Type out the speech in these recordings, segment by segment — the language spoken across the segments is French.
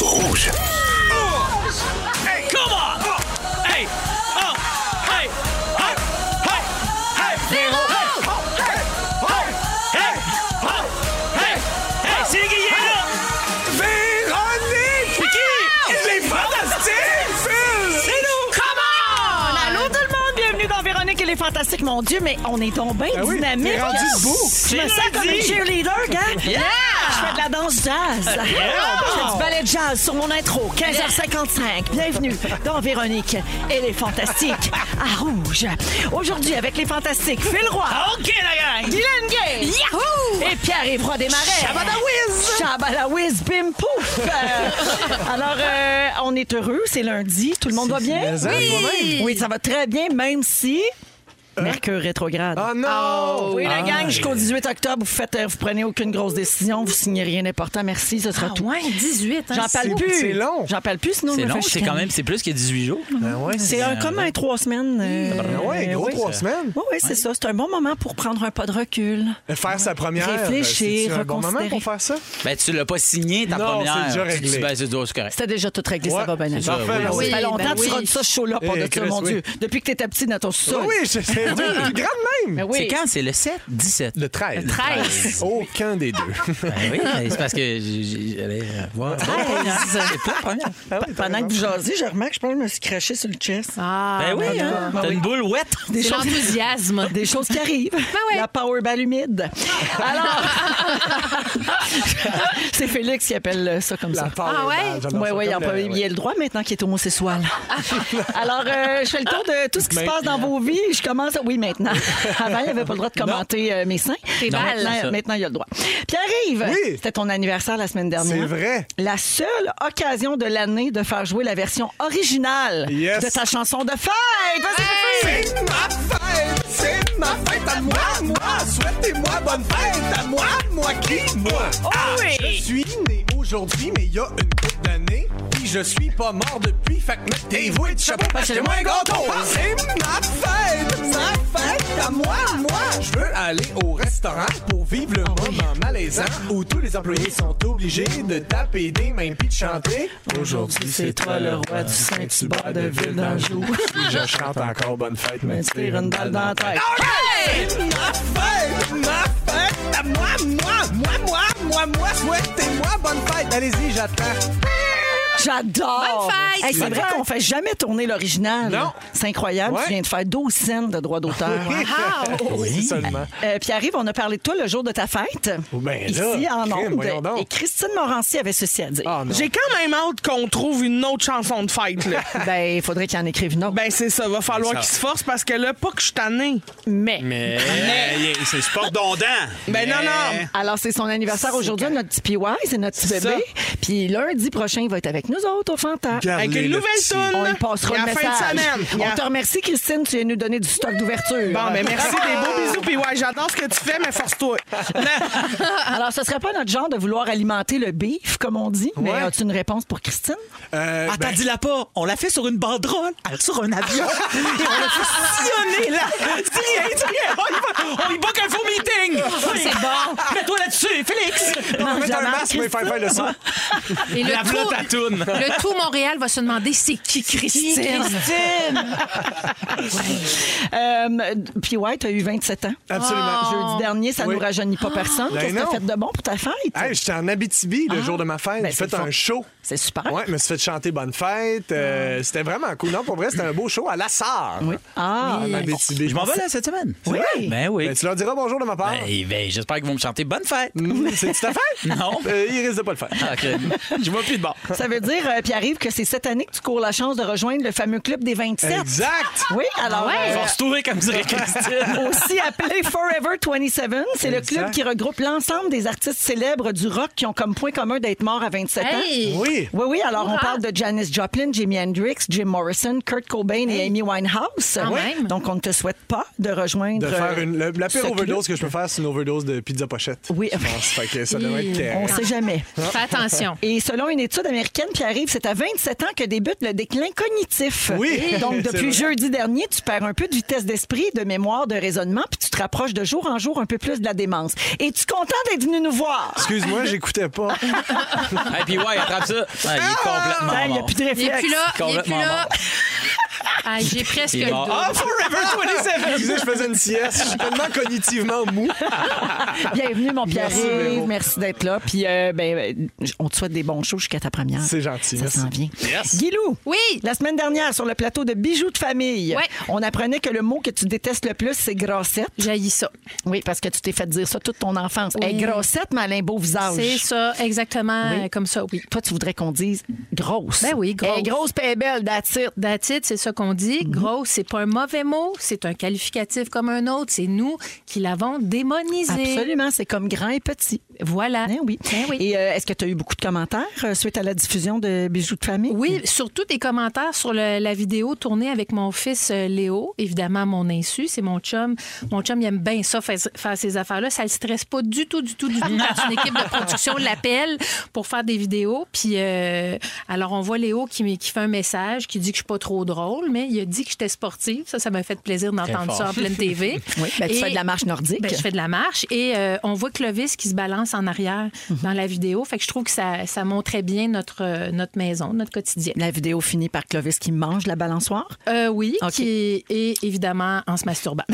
Rouge. Hey, come on! Oh, hey! Oh, hey! Hey! Hey! Hey! Véro! Hey! Oh, hey! Hey! Hey! Oh, hey! Hey! C'est qui est là? Véronique! C'est qui? Les fantastiques! C'est nous! Bon, Allô tout le monde, bienvenue dans Véronique et les Fantastiques. Mon Dieu, mais on est donc bien Ben oui, dynamique. t'es rendu debout. Je me C'est sens comme lundi. une cheerleader, gars. Yeah! Je fais de la danse jazz. Je fais du ballet jazz sur mon intro, 15h55. Bienvenue dans Véronique et les Fantastiques à Rouge. Aujourd'hui, avec les Fantastiques, Phil Roy, OK, la gang! Dylan Gay, Yahoo! et Pierre-Évroy Desmarais. Chabalawiz! Chabalawiz, bim, pouf! Euh, Alors, euh, on est heureux, c'est lundi. Tout le monde va bien? Mais, hein, toi-même? Oui, ça va très bien, même si. Mercure rétrograde. Oh Euh? non! Ah Ah. oui, la gang, jusqu'au 18 octobre, vous faites, euh, vous prenez aucune grosse décision, vous signez rien d'important. Merci, ce Ah sera tout. 18, J'en parle c'est- plus. c'est long. J'en parle plus, sinon. je hein, C'est me long, fais c'est chicaner. quand même, hein. c'est plus que 18 jours. euh, Ben ouais. C'est un, comme un trois semaines. euh, Ben ouais, euh, gros oui. trois semaines. Oui, oui, c'est ça. C'est un bon moment pour prendre un pas de recul. Euh, Faire sa première. Réfléchir, c'est un bon moment reconsidérer. pour faire ça? Ben, tu l'as pas signé ta Non, première. c'est déjà Tu- réglé. tu- ben, c'est oh, c'est correct. C'était déjà tout réglé, Ouais, ça va bien. c'est ça, Parfait, oui. merci. Ça fait longtemps ben que tu seras de ça chaud là, pas Eh, de ça, Chris, mon oui. Dieu. Depuis que t'étais petit dans ton sol. Oui, je- c'est une plus grande même. Mais C'est Ben oui. quand? C'est le 7? 17. Le 13. 13. Aucun des deux. Ben oui, ben, c'est parce que j'ai- j'ai- j'allais euh, voir. C'est pas la première. Ah Pendant que vous jasez, je remarque, je pense que je me suis craché sur le chest. Ben oui, hein? T'as une boule ouette. Des choses, L'enthousiasme. des choses qui arrivent. La powerball humide. Alors, c'est Félix qui appelle ça comme ça. ah ouais? Oui, oui, il, en peut- il y a le droit maintenant qu'il est homosexuel. Alors, euh, je fais le tour de tout ce qui se passe dans vos vies. Je commence. Oui, maintenant. Avant, il avait pas le droit de commenter euh, mes seins. Non, balles. c'est Maintenant, ça. maintenant, il y a le droit. Pierre-Yves, Oui. c'était ton anniversaire la semaine dernière. C'est vrai. La seule occasion de l'année de faire jouer la version originale Yes. de ta chanson de fête. Vas-y, Fifi! C'est ma fête, c'est ma fête à moi, moi. Souhaitez-moi bonne fête à moi, moi qui, moi. Ah, Je suis né aujourd'hui, mais il y a une couple d'années. Puis je suis pas mort depuis, fait que mettez-vous et de chapeau, parce que moi un gâteau. C'est ma fête, ma fête à moi, moi. Je veux aller au restaurant pour vivre le moment malaisant où tous les employés sont obligés de taper des mains puis de chanter. Aujourd'hui, C'est toi le roi du Saint-Hubert de Ville d'Anjou. je chante encore bonne fête, mais Tire une balle dans la tête. C'est ma fête, ma fête à moi, moi, moi, moi, moi, moi, souhaitez-moi bonne fête. Allez-y, j'attends. J'adore! Hey, c'est Bonne vrai fête! qu'on fait jamais tourner l'original. Non. C'est incroyable. Ouais. Tu viens de faire 12 scènes de droits d'auteur. Oui, seulement. Euh, Pierre-Yves, on a parlé de toi le jour de ta fête. Oh, ben là, ici, en crime, ondes. voyons donc. Et Christine Morancy avait ceci à dire. Ah non. J'ai quand même hâte qu'on trouve une autre chanson de fête. Là. Ben, il faudrait qu'il en écrive une autre. ben c'est ça, va falloir qu'ils se forcent parce que là, pas que je suis tannée. mais. Mais. eh, C'est sport d'ondant. Ben non, non. Alors, c'est son anniversaire aujourd'hui, notre petit PY, c'est notre petit C'est ça. bébé. Puis lundi prochain, il va être avec nous autres au Fanta. Avec une nouvelle tune. On lui passera Et le à la message. fin de semaine. Il y a- On te remercie, Christine. Tu viens nous donner du stock d'ouverture. Bon, ben merci, des beaux bisous. Puis ouais, j'adore ce que tu fais, mais force-toi. Alors, ce serait pas notre genre de vouloir alimenter le beef, comme on dit. Mais Ouais. as-tu une réponse pour Christine? Euh, Attends, dis-la pas. On l'a fait sur une banderole, euh, sur un avion. Sillonner, là. dis rien, dis rien. On y va- On y book un faux meeting. C'est bon. Mets-toi là-dessus, Félix. ben, mettre un Jean-Marc, masque, mais faire faire le son. Et le Lave-la ta tout, toune. le tout Montréal va se demander c'est qui Christine. Euh, puis ouais, t'as eu 27 ans. Absolument. Jeudi dernier, ça ne nous rajeunit pas personne. Oh. Ben Qu'est-ce que t'as non. fait de bon pour ta fête? Hey, j'étais en Abitibi le jour de ma fête. ben, J'ai c'est fait un fort. show. C'est super. Ouais, je me suis fait chanter bonne fête. Euh, C'était vraiment cool. Non, pour vrai, c'était un beau show à la Sarre. Oui. Ah, En Abitibi. Je m'en vais là cette semaine. oui. Ben oui. Ben, tu leur diras bonjour de ma part. Ben, ben, j'espère qu'ils vont me chanter bonne fête. Mmh, C'est-tu ta fête? Non. Euh, ils risquent de pas le faire. Ah, ok. Je vois plus de bord. Ça veut dire, euh, Pierre-Yves, que c'est cette année que tu cours la chance de rejoindre le fameux club des 27. Exact! Ah Oui, alors On euh, va se retrouver comme dirait Christine. aussi appelé Forever 27. C'est le Exact. club qui regroupe l'ensemble des artistes célèbres du rock qui ont comme point commun d'être morts à 27 ans. Hey. Oui. Oui, oui, alors on parle de Janis Joplin, Jimi Hendrix, Jim Morrison, Kurt Cobain et Amy Winehouse. Quand même. Donc on ne te souhaite pas de rejoindre. De faire euh, une, le- la pire ce overdose que je peux faire, c'est une overdose de pizza pochette. Oui. Je pense. Fait que ça devrait être Pierre. Ah. On sait jamais. Fais attention. Et selon une étude américaine, qui arrive, c'est à 27 ans que débute le déclin cognitif. Oui. Donc, C'est depuis vrai. jeudi dernier, tu perds un peu de vitesse d'esprit, de mémoire, de raisonnement, puis tu te rapproches de jour en jour un peu plus de la démence. Et tu content d'être venu nous voir? Excuse-moi, j'écoutais pas. Hey, puis ouais, attrape ça. Ah, il est complètement Ah, Il n'y a mort. plus de Il est réflexe. plus là, il est plus Complètement là. Ah, J'ai presque Il est le mort. dos. Ah, Forever 27! Je disais, je faisais une sieste. Je suis tellement cognitivement mou. Bienvenue, mon pierre Merci, Véro. Merci d'être là. Puis, euh, ben, euh, on te souhaite des bons shows jusqu'à ta première. C'est gentil, Ça merci. s'en vient. Guilou. Oui. La semaine dernière, sur le plateau de Bijoux de famille, Ouais. on apprenait que le mot que tu détestes le plus, c'est grossette. J'haïs ça. Oui, parce que tu t'es fait dire ça toute ton enfance. Hey, grossette, mais elle a un beau visage. C'est ça, exactement euh, comme ça, oui. Toi, tu voudrais qu'on dise grosse. Ben oui, grosse. Hey, grosse, pis elle est belle, that's it. That's it, c'est ça qu'on dit. Gros, c'est pas un mauvais mot, c'est un qualificatif comme un autre. C'est nous qui l'avons démonisé. Absolument, c'est comme grand et petit. Voilà. Ben oui. Ben oui. Et euh, est-ce que tu as eu beaucoup de commentaires euh, suite à la diffusion de Bijoux de famille? Oui, surtout des commentaires sur le- la vidéo tournée avec mon fils euh, Léo. Évidemment, à mon insu, c'est mon chum. Mon chum, il aime bien ça, faire, faire ces affaires-là. Ça le stresse pas du tout, du tout, du tout. Quand une équipe de production l'appelle pour faire des vidéos. Puis, euh, alors, on voit Léo qui, m- qui fait un message, qui dit que je suis pas trop drôle, mais il a dit que j'étais sportive. Ça, ça m'a fait plaisir d'entendre fort. ça en pleine TV. Oui, ben, tu Et- fais de la marche nordique. ben, je fais de la marche et euh, on voit Clovis qui se balance en arrière Mhm. dans la vidéo. Fait que je trouve que ça, ça montrait bien notre, euh, notre maison, notre quotidien. La vidéo finit par Clovis qui mange la balançoire. Euh, oui, Ok. qui est, et évidemment en se masturbant.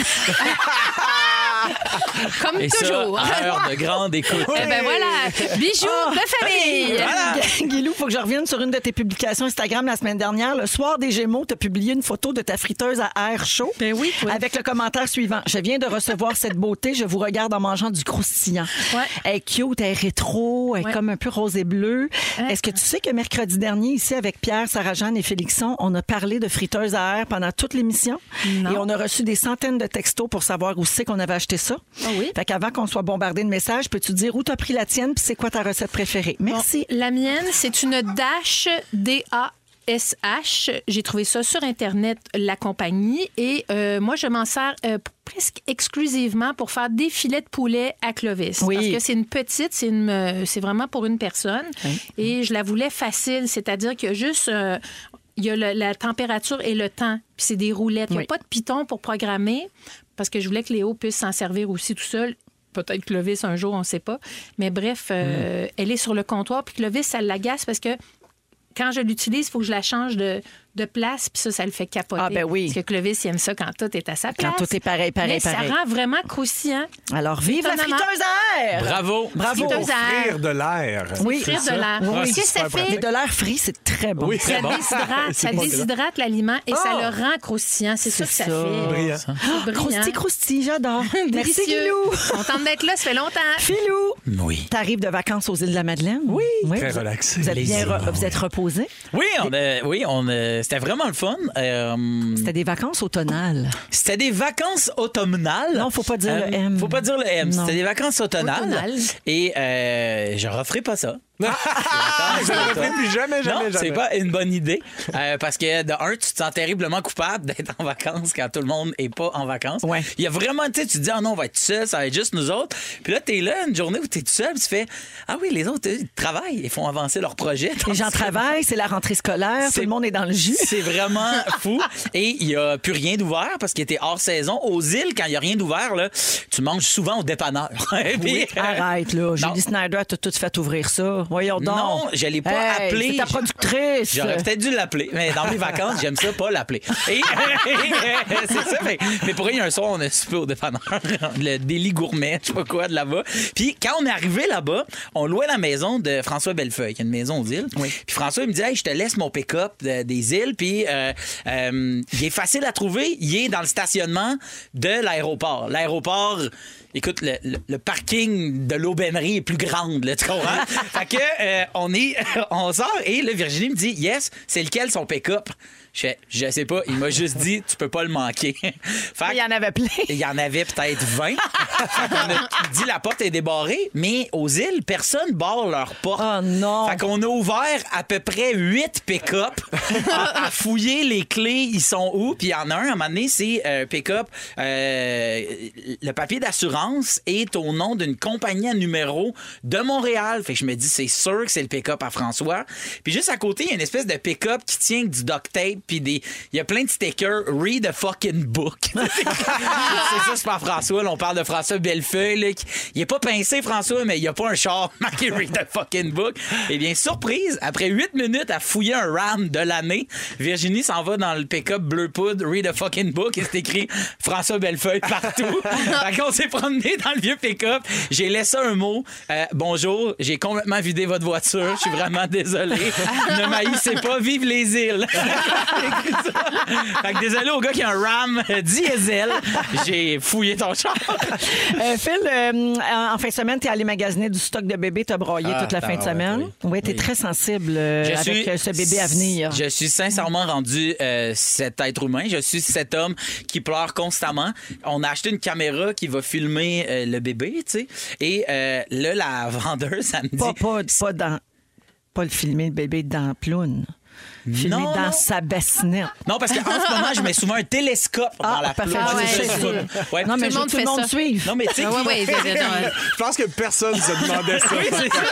Comme Et ça, toujours. à Ah. heure de grande écoute. Eh ben voilà, bijoux de famille. Guilou, faut que je revienne sur une de tes publications Instagram la semaine dernière. Le soir des Gémeaux, tu as publié une photo de ta friteuse à air chaud. Ben oui, toi. Avec le commentaire suivant. Je viens de recevoir cette beauté. Je vous regarde en mangeant du croustillant. Ouais. Elle est cute, elle est rétro, elle est Ouais. comme un peu rose et bleue. Hein? Est-ce que tu sais que mercredi dernier, ici, avec Pierre, Sarah-Jeanne et Félixon, on a parlé de friteuse à air pendant toute l'émission? Non. Et on a reçu des centaines de textos pour savoir où c'est qu'on avait acheté ça. Ah oui? Fait qu'avant qu'on soit bombardé de messages, peux-tu dire où t'as pris la tienne puis c'est quoi ta recette préférée? Merci. La mienne, c'est une Dash DA. SH, j'ai trouvé ça sur Internet, la compagnie, et euh, moi, je m'en sers euh, presque exclusivement pour faire des filets de poulet à Clovis. Oui. Parce que c'est une petite, c'est une, euh, c'est vraiment pour une personne, et je la voulais facile, c'est-à-dire que juste... euh, il y a le- la température et le temps, puis c'est des roulettes. Il n'y Oui. a pas de piton pour programmer, parce que je voulais que Léo puisse s'en servir aussi tout seul. Peut-être Clovis un jour, on ne sait pas. Mais bref, euh, Mm. elle est sur le comptoir, puis Clovis, ça l'agace parce que quand je l'utilise, il faut que je la change de, de place, puis ça, ça le fait capoter. Ah, ben oui. Parce que Clovis, il aime ça quand tout est à sa Quand place. tout est pareil, pareil, Mais pareil. ça rend vraiment croustillant. Alors, vive la Étonnamment. friteuse à air! Bravo. Bravo. Friteuse à air. Frire de l'air. Oui. Frire de l'air. Oui, Est-ce que ça Les fait... de l'air frit, c'est très bon. Oui, Ça très bon. déshydrate, ça C'est pas déshydrate l'aliment et ça le rend croustillant. C'est ça que C'est ça, ça. fait. Brillant. Ah, C'est brillant. Crousty, crousty, j'adore. Merci, Délicieux. Guilou. Contente d'être là, ça fait longtemps. Filou. Oui. T'arrives de vacances aux îles de la Madeleine? Oui. très vous- relaxé. Vous êtes, bien Plaisir, re- vous êtes reposé. Oui, on, euh, oui, on, euh, c'était vraiment le fun. Euh, C'était des vacances automnales. C'était des vacances automnales. Euh, Non, faut pas dire le M. Faut pas dire le M. Non. C'était des vacances automnales. Automnales. Et euh, je referai pas ça. Je ne referai plus jamais, jamais, non, jamais. c'est pas une bonne idée. Euh, parce que, de un, tu te sens terriblement coupable d'être en vacances quand tout le monde est pas en vacances. Ouais. Il y a vraiment, tu sais, tu te dis, ah non, on va être seul, ça va être juste nous autres. Puis là, t'es là une journée où t'es tout seul, puis tu fais, ah oui, les autres, eux, ils travaillent, ils font avancer leur projet. Les gens travaillent, c'est la rentrée scolaire, tout C'est- le monde est dans le jus. C'est vraiment fou. Et il n'y a plus rien d'ouvert parce qu'il était hors saison. Aux îles, quand il n'y a rien d'ouvert, là, tu manges souvent au dépanneur. Et puis, euh, Arrête, là. Julie non. Snyder t'a tout fait ouvrir ça. Voyons donc. Non, je l'ai pas Hey, appelé. C'est ta productrice. J'aurais peut-être dû l'appeler, mais dans mes vacances, j'aime ça pas l'appeler. Et c'est ça. Mais, mais pour rien, un soir, on a soupé au dépanneur, le délit gourmet, je sais pas quoi, de là-bas. Puis quand on est arrivé là-bas, on louait la maison de François Bellefeuille, qui a une maison aux îles. Puis François, il me dit Hey, je te laisse mon pick-up de- des îles, puis euh, euh, il est facile à trouver. Il est dans le stationnement de l'aéroport. L'aéroport. Écoute, le, le- le parking de l'aubainerie est plus grande, là, tu comprends? fait que, euh, on, est, on sort et là, Virginie me dit, yes, c'est lequel son pick-up? Je fais, je sais pas. Il m'a juste dit, tu peux pas le manquer. Fait Il y en avait plein. il y en avait peut-être 20. fait qu'on a dit la porte est débarrée, mais aux îles, personne barre leur porte. Oh non. Fait qu'on a ouvert à peu près 8 pick-up à, à fouiller les clés, ils sont où. Puis il y en a un, à un moment donné, c'est euh, pick-up. euh, le papier d'assurance est au nom d'une compagnie à numéro de Montréal. Fait que je me dis, c'est sûr que c'est le pick-up à François. Puis juste à côté, il y a une espèce de pick-up qui tient du duct tape, puis des... il y a plein de stickers. Read a fucking book. c'est ça, c'est pas François. Là, on parle de François Bellefeuille. là, qui- Il est pas pincé, François, mais il y a pas un char marqué Read the fucking book. Eh bien, surprise, après 8 minutes à fouiller un RAM de l'année, Virginie s'en va dans le pick-up bleu poudre Read the fucking book et c'est écrit François Bellefeuille partout. fait qu'on s'est promené dans le vieux pick-up. J'ai laissé un mot. Euh, bonjour, j'ai complètement vidé votre voiture. Je suis vraiment désolé. ne maïssez pas. Vive les îles. fait que désolé au gars qui a un RAM euh, diesel. J'ai fouillé ton char. Euh, Phil, euh, en, en fin de semaine, t'es allé magasiner du stock de bébé, t'as broyé Ah, toute la fin de tabarouette, semaine. Oui, oui. t'es très sensible euh, Je avec suis- euh, ce bébé à venir. Je suis sincèrement rendu euh, cet être humain. Je suis cet homme qui pleure constamment. On a acheté une caméra qui va filmer euh, le bébé, tu sais. Et euh, là, la vendeuse, ça me dit... Pas, pas, pas dans... Pas le filmer le bébé dans Ploune. Filmer Non, dans non. sa bassinette. Non, parce qu'en ce moment, je mets souvent un télescope Ah, dans la parfait. plaque. Ah ouais, C'est c'est ça. Ouais. Non, mais le je veux monde que tout le fait monde ça. suive. Non, mais tu sais... Ah ouais, ouais, c'est vrai, non. Je pense que personne ne se demandait ça. Oui, c'est ça.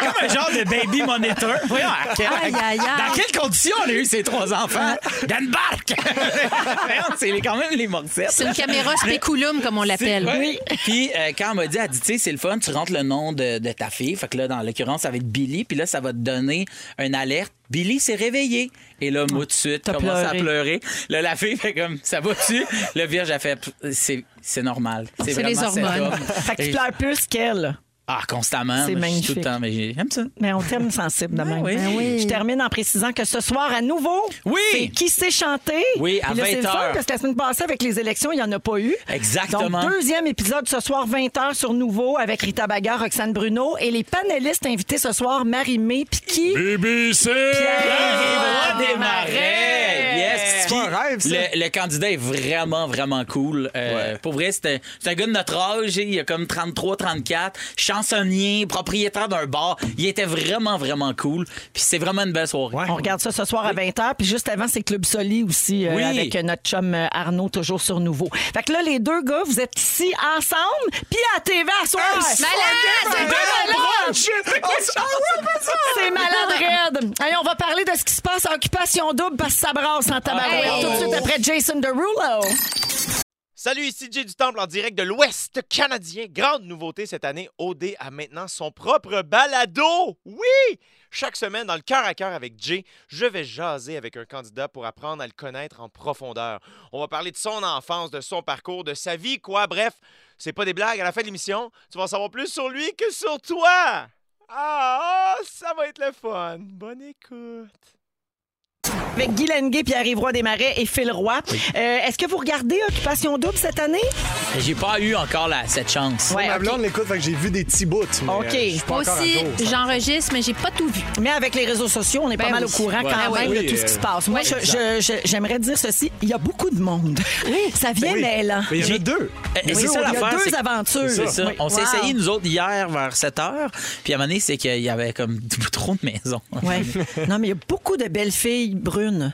Comme un genre de baby monitor. Voyons, à quel- Aïe, aïe, aïe. dans quelles conditions on a eu ces trois enfants? D'une barque! Voyons, c'est quand même les morcettes. C'est une caméra spéculum, comme on l'appelle. C'est- ouais. Puis euh, quand elle m'a dit, elle dit, tu sais, c'est le fun, tu rentres le nom de, de ta fille. Fait que là, dans l'occurrence, ça va être Billy. Puis là, ça va te donner une alerte. Billy s'est réveillé. Et là, moi, tout de suite, T'as commence à pleurer. Là, la fille fait comme, ça va-tu? Le vierge a fait, c'est c'est normal. C'est C'est les vraiment cet hormones. homme. Fait que tu Et- pleures plus qu'elle. Ah, constamment. C'est Moi, je suis Tout magnifique. le temps, mais j'ai- j'aime ça. Mais on t'aime sensible de Ah même. oui. Ben oui. Je termine en précisant que ce soir, à nouveau, Oui. c'est qui s'est chanté. Oui, à Puis là, C'est le 20 fun heures. parce que la semaine passée, avec les élections, il n'y en a pas eu. Exactement. Donc, deuxième épisode ce soir, 20h sur Nouveau, avec Rita Baga, Roxane Bruno et les panélistes invités ce soir, Marie-Mé Piquet. Pierre-Yves Roy Desmarais. Yes. C'est pas un rêve, ça. Le, le candidat est vraiment, vraiment cool. Euh, Pour vrai, c'est un, c'est un gars de notre âge. hein. Il a comme 33, 34. Chansonnier, propriétaire d'un bar. Il était vraiment, vraiment cool. Puis c'est vraiment une belle soirée. On regarde ça ce soir à 20h. Puis juste avant, c'est Club Soli aussi, euh, Oui. avec euh, notre chum euh, Arnaud, toujours sur Nouveau. Fait que là, les deux gars, vous êtes ici ensemble, puis à TV à soir. Malade! C'est malade raide. Allez, on va parler de ce qui se passe à Occupation Double parce que ça brasse en tabarouette Ah, tout de suite après Jason Derulo. Salut, ici Jay du Temple en direct de l'Ouest canadien. Grande nouveauté cette année, OD a maintenant son propre balado. Oui! Chaque semaine, dans le cœur à cœur avec Jay, je vais jaser avec un candidat pour apprendre à le connaître en profondeur. On va parler de son enfance, de son parcours, de sa vie, quoi. Bref, c'est pas des blagues. À la fin de l'émission, tu vas en savoir plus sur lui que sur toi. Ah, ça va être le fun. Bonne écoute. Avec Guy Lenguet, Pierre-Yves Roy Desmarais et Phil Roy. Euh, Est-ce que vous regardez Occupation Double cette année? J'ai pas eu encore la- cette chance. Ouais, Ma ok. blonde l'écoute, fait que j'ai vu des petits bouts. mais, OK. euh, je suis pas Moi encore à aussi, jour, ça. j'enregistre, mais j'ai pas tout vu. Mais avec les réseaux sociaux, on est Ben pas mal oui. au courant Ouais. quand Ah même oui, de tout ce qui euh, se passe. Moi, je- je- je- j'aimerais dire ceci. Il y a beaucoup de monde. Ça vient Ben Oui. mêlant. Mais il y en J'ai- a deux. Euh, Oui, c'est ça il y a l'affaire, deux c'est- aventures. C'est ça. Oui. On s'est Wow. essayé, nous autres, hier vers 7 heures. Puis à un moment donné, c'est qu'il y avait comme trop de maisons. Ouais. Non, mais il y a beaucoup de belles filles brunes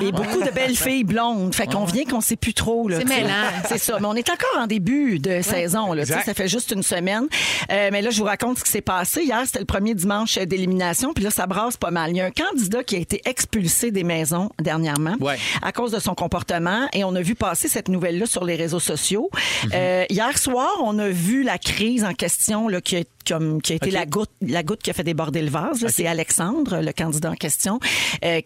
et beaucoup de belles filles blondes. Fait qu'on vient qu'on sait plus trop. là, Ah. C'est tu sais. mêlant. C'est ça. Mais on est encore en début de saison. Là, tu sais, Exact. ça fait juste une semaine. Euh, mais là, je vous raconte ce qui s'est passé. Hier, c'était le premier dimanche d'élimination. Puis là, ça brasse pas mal. Il y a un candidat qui a été expulsé des maisons dernièrement Ouais. à cause de son comportement. Et on a vu passer cette nouvelle-là sur les réseaux sociaux. Euh, hier soir, on a vu la crise en question là, qui, a, comme- qui a été la, goutte, la goutte qui a fait déborder le vase. là. C'est Alexandre, le candidat en question. Euh,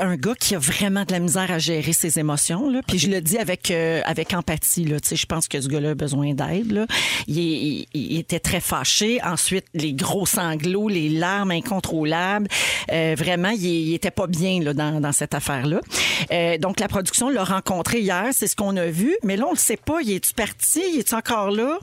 un gars qui a vraiment de la misère à gérer ses émotions. Là. Puis je le dis avec, euh, avec empathie. Là. Tu sais, Je pense que ce gars-là a besoin d'aide. là. Il, est- il- il était très fâché. Ensuite, les gros sanglots, les larmes incontrôlables. Euh, vraiment, il, il était pas bien là, dans, dans cette affaire-là. Euh, donc, la production l'a rencontré hier, c'est ce qu'on a vu. Mais là, on ne sait pas, il est-tu parti, il est-tu encore là?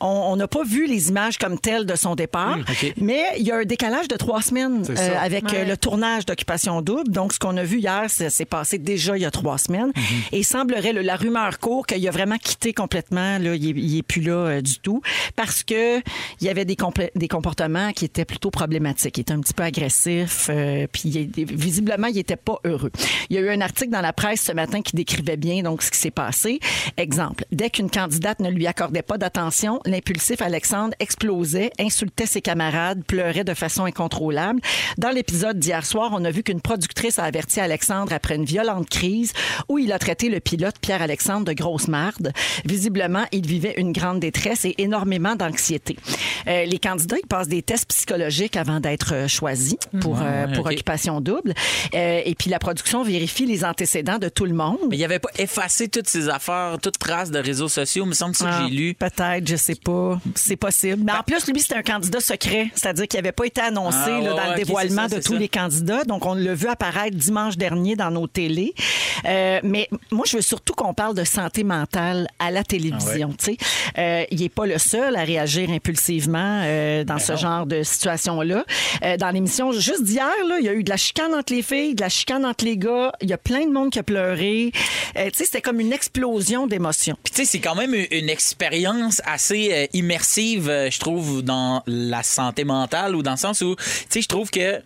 On on n'a pas vu les images comme telles de son départ. Hmm, OK. Mais il y a un décalage de trois semaines C'est ça. euh, avec euh, Ouais. le tournage d'Occupation Double. Donc, ce qu'on a vu hier, ça s'est passé déjà il y a trois semaines. Et il semblerait, le- la rumeur court, qu'il a vraiment quitté complètement. Là, il, est, il est plus là euh, du tout parce que il y avait des, complé- des comportements qui étaient plutôt problématiques. Il était un petit peu agressif. euh, puis, il est- visiblement, il n'était pas heureux. Il y a eu un article dans la presse ce matin qui décrivait bien donc ce qui s'est passé. Exemple, dès qu'une candidate ne lui accordait pas d'attention, l'impulsif Alexandre explosait, insultait ses camarades, pleurait de façon incontrôlable. Dans l'épisode d'hier soir, on a vu qu'une productrice a averti Alexandre après une violente crise où il a traité le pilote Pierre-Alexandre de grosse marde. Visiblement, il vivait une grande détresse et énormément d'anxiété. Euh, les candidats, ils passent des tests psychologiques avant d'être euh, choisis pour, Mm. euh, Ah Ouais, pour ok. occupation double. Euh, et puis la production vérifie les antécédents de tout le monde. Mais il avait pas effacé toutes ces affaires, toute trace de réseaux sociaux. Il me semble que c'est ça Ah, que j'ai lu. Peut-être, je sais pas. C'est possible. Mais en plus, lui, c'était un candidat secret. C'est-à-dire qu'il n'avait pas été annoncé Ah, là, ouais, dans ouais, le ok, dévoilement c'est ça, de c'est tous ça. les candidats. Donc, on l'a vu apparaître dimanche dernier dans nos télés. Euh, mais moi, je veux surtout qu'on parle de santé mentale à la télévision. Ah tu sais. Euh, il n'est pas le seul à réagir impulsivement euh, dans ce genre de situation-là. Euh, dans l'émission juste d'hier, là, il y a eu de la chicane entre les filles, de la chicane entre les gars. Il y a plein de monde qui a pleuré. Euh, tu sais, c'était comme une explosion d'émotions. Puis tu sais, c'est quand même une- une expérience assez euh, immersive, euh, je trouve, dans la santé mentale ou dans le sens où, tu sais, je trouve que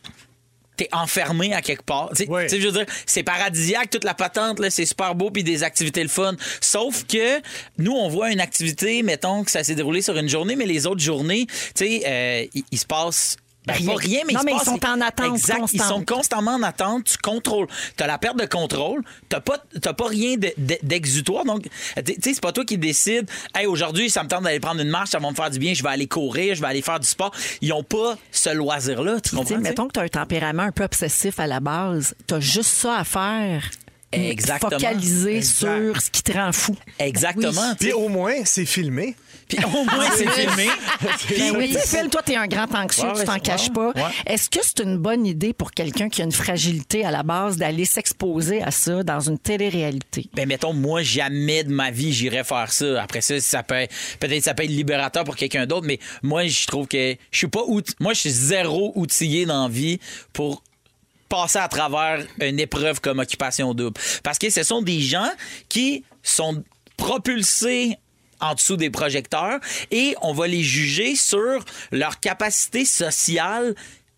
t'es enfermé à quelque part. Tu sais, Ouais. tu sais, je veux dire, c'est paradisiaque, toute la patente, là, c'est super beau, puis des activités le fun. Sauf que nous, on voit une activité, mettons que ça s'est déroulé sur une journée, mais les autres journées, tu sais, euh, il il se passe... ben, Rien. pas rien, mais, Non, il se mais ils passe- sont en attente Exact, ils sont constante. constamment en attente, tu contrôles. T'as la perte de contrôle, t'as pas, t'as pas rien de- de- d'exutoire. Donc, tu tu sais, c'est pas toi qui décides, hey, aujourd'hui, ça me tente d'aller prendre une marche, ça va me faire du bien, je vais aller courir, je vais aller faire du sport. Ils ont pas ce loisir-là, tu Tu sais, comprends? tu sais? mettons que tu as un tempérament un peu obsessif à la base, tu as juste ça à faire. mais Exactement. Focaliser Exact. sur ce qui te rend fou. Exactement. Puis au moins, c'est filmé. Puis au moins, c'est filmé. Mais Puis- oui, tu sais, Phil, toi, t'es un grand anxieux, Ben Ouais, tu ouais, t'en ouais, caches pas. ouais. Est-ce que c'est une bonne idée pour quelqu'un qui a une fragilité à la base d'aller s'exposer à ça dans une télé-réalité? Ben mettons moi jamais de ma vie j'irais faire ça. Après ça ça peut être- peut-être ça peut être libérateur pour quelqu'un d'autre mais moi je trouve que je suis pas out- moi je suis zéro outillé dans la vie pour passer à travers une épreuve comme occupation double parce que ce sont des gens qui sont propulsés en dessous des projecteurs et on va les juger sur leur capacité sociale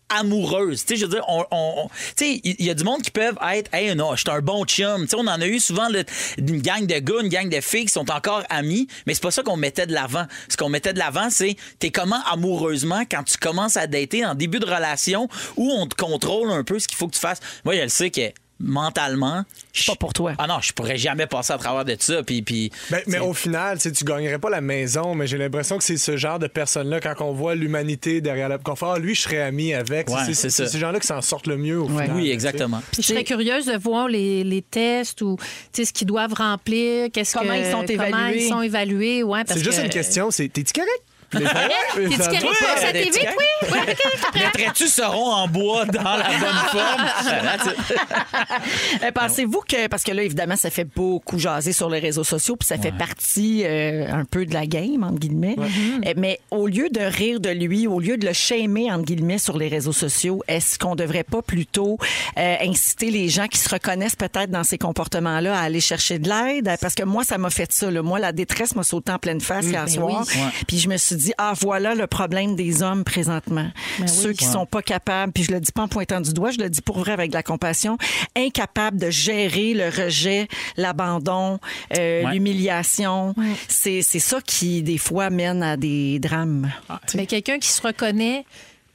amoureuse. Tu sais, je veux dire, on, on- on- tu sais, il y a du monde qui peuvent être, hey, non, je suis un bon chum. Tu sais, on en a eu souvent le- une gang de gars, une gang de filles qui sont encore amis, mais c'est pas ça qu'on mettait de l'avant. Ce qu'on mettait de l'avant, c'est t'es comment amoureusement quand tu commences à dater en début de relation où on te contrôle un peu ce qu'il faut que tu fasses. Moi, je le sais que mentalement, je Pas pour toi. Ah non, je pourrais jamais passer à travers de ça. Puis, puis Ben, mais au final, tu sais, tu gagnerais pas la maison, mais j'ai l'impression que c'est ce genre de personnes-là, quand on voit l'humanité derrière le confort, lui, je serais ami avec. Ouais, C'est- c'est c'est ça. c'est ces gens-là qui s'en sortent le mieux au Ouais. final. ben, tu oui, sais. exactement. Puis je serais curieuse de voir les, les tests ou tu sais, ce qu'ils doivent remplir, qu'est-ce Comment que- ils sont Comment évalués. ils sont évalués, ouais, parce C'est juste que- une question, c'est t'es-tu correct? Les gens- T'es-tu les gens- correct Ouais, pour passer à la des TV? petits Oui, oui, ok. Mettrais-tu ce rond en bois dans la bonne forme? Euh, Pensez-vous que, parce que là, évidemment, ça fait beaucoup jaser sur les réseaux sociaux, puis ça fait partie euh, un peu de la game, entre guillemets. Euh, Mais au lieu de rire de lui, au lieu de le shamer, entre guillemets, sur les réseaux sociaux, est-ce qu'on devrait pas plutôt euh, inciter les gens qui se reconnaissent peut-être dans ces comportements-là à aller chercher de l'aide? Parce que moi, ça m'a fait ça. là. Moi, la détresse m'a sauté en pleine face hier soir. Puis je me suis dit, ah, voilà le problème des hommes présentement. Ceux qui sont pas capables, puis je le dis pas en pointant du doigt, je le dis pour vrai avec de la compassion, incapables de gérer le rejet, l'abandon, euh, Ouais. l'humiliation. C'est, c'est ça qui, des fois, mène à des drames. Ah, Mais quelqu'un qui se reconnaît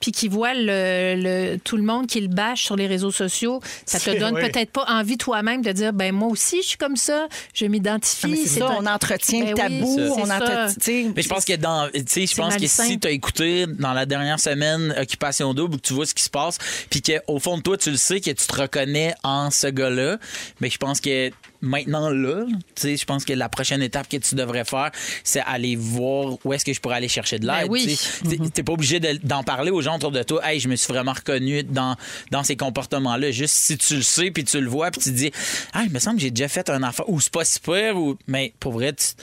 puis qui voit le, le- tout le monde qui le bâche sur les réseaux sociaux, ça te C'est- donne oui. peut-être pas envie toi-même de dire ben moi aussi je suis comme ça, je Ah, mais m'identifie. c'est ça, un- on entretient le Ben oui, tabou, c'est on ça. entretient... tu sais, Mais je pense que dans tu sais je C'est pense que malsain. si tu as écouté dans la dernière semaine occupation double que tu vois ce qui se passe puis que au fond de toi tu le sais que tu te reconnais en ce gars-là, mais je pense que maintenant là, tu sais je pense que la prochaine étape que tu devrais faire c'est aller voir où est-ce que je pourrais aller chercher de l'aide, Ben oui. tu sais. T'es- T'es pas obligé de- d'en parler aux gens autour de toi. Hey, je me suis vraiment reconnu dans, dans ces comportements-là. Juste si tu le sais, puis tu le vois, puis tu te dis, ah, il me semble que j'ai déjà fait un enfant, ou c'est pas si pire, ou. Mais pour vrai, tu-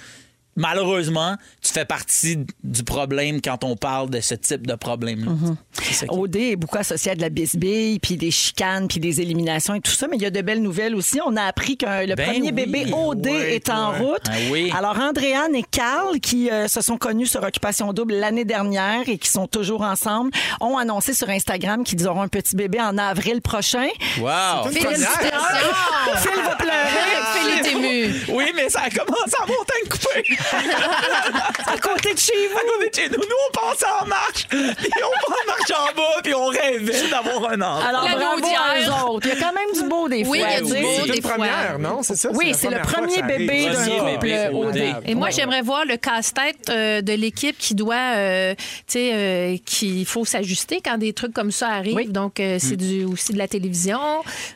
malheureusement, tu fais partie du problème quand on parle de ce type de problème-là. Mm-hmm. C'est ça qui- OD est beaucoup associé à de la bisbille, puis des chicanes, puis des éliminations et tout ça, mais il y a de belles nouvelles aussi. On a appris que le Ben premier oui. bébé OD Ouais, est en ouais. route. Ah oui. Alors, Andréane et Carl, qui euh, se sont connus sur Occupation Double l'année dernière et qui sont toujours ensemble, ont annoncé sur Instagram qu'ils auront un petit bébé en avril prochain. Wow! Félicitations! Phil va pleurer. Phil est ému. Oui, mais ça a commencé en montagne coupée. à côté de chez vous. à côté de chez nous. Nous, on passait en marche, puis on en marche en bas, puis on rêvait d'avoir un enfant. Alors, La bravo gaudière. à eux autres. Il y a quand même du beau des fois, Oui, il y a du tu sais. beau. C'est des une fois. première, non? C'est ça? Oui, la c'est le première fois que premier ça arrive. bébé d'un Premier couple bébé OD. Et moi, j'aimerais voir le casse-tête euh, de l'équipe qui doit, euh, tu sais, euh, qu'il faut s'ajuster quand des trucs comme ça arrivent. Oui. Donc, euh, c'est du, aussi de la télévision.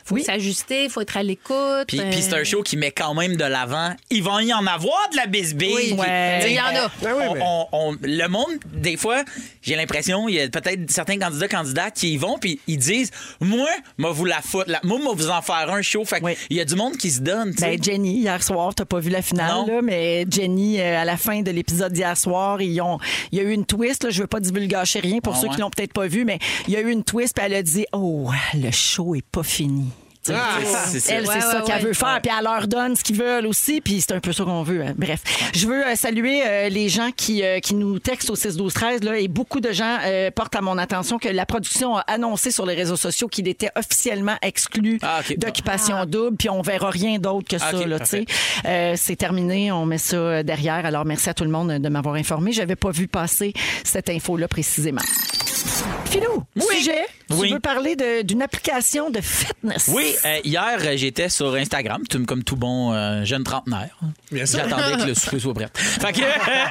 faut Oui. s'ajuster, faut être à l'écoute. Puis, euh, puis c'est un show qui met quand même de l'avant. Il va y en avoir de la bisbille. Oui, Puis, ouais. tu sais, Il y en a. on- Ben oui, mais- on- on- le monde, des fois, j'ai l'impression, il y a peut-être certains candidats, candidates qui y vont, puis ils disent Moi, moi vous la foutre. là. Moi, moi, vous en faire un show. Fait que Oui. il y a du monde qui se donne. tu sais. Ben, Jenny, hier soir, t'as pas vu la Non. finale, là, mais Jenny, euh, à la fin de l'épisode d'hier soir, ils ont, il y a eu une twist. Là, je veux pas divulgacher rien pour Ah ceux ouais? qui l'ont peut-être pas vu, mais il y a eu une twist, puis elle a dit Oh, le show est pas fini. Tu sais, Ah, c'est ça. Elle, Ouais, c'est ça ouais, qu'elle ouais. veut faire, puis elle leur donne ce qu'ils veulent aussi, puis c'est un peu ça qu'on veut. hein. Bref, je veux euh, saluer euh, les gens qui, euh, qui nous textent au 6-12-13, là, et beaucoup de gens euh, portent à mon attention que la production a annoncé sur les réseaux sociaux qu'il était officiellement exclu Ah, ok. d'occupation double, puis on verra rien d'autre que Ah, ça. ok, là, tu sais. Euh, c'est terminé, on met ça euh, derrière. Alors, merci à tout le monde euh, de m'avoir informé. J'avais pas vu passer cette info-là précisément. Philou, sujet, Oui. tu veux parler de- d'une application de fitness. Oui, euh, hier, euh, j'étais sur Instagram, tout- comme tout bon euh, jeune trentenaire. Bien sûr. J'attendais que le souper soit prêt. Fait que, euh,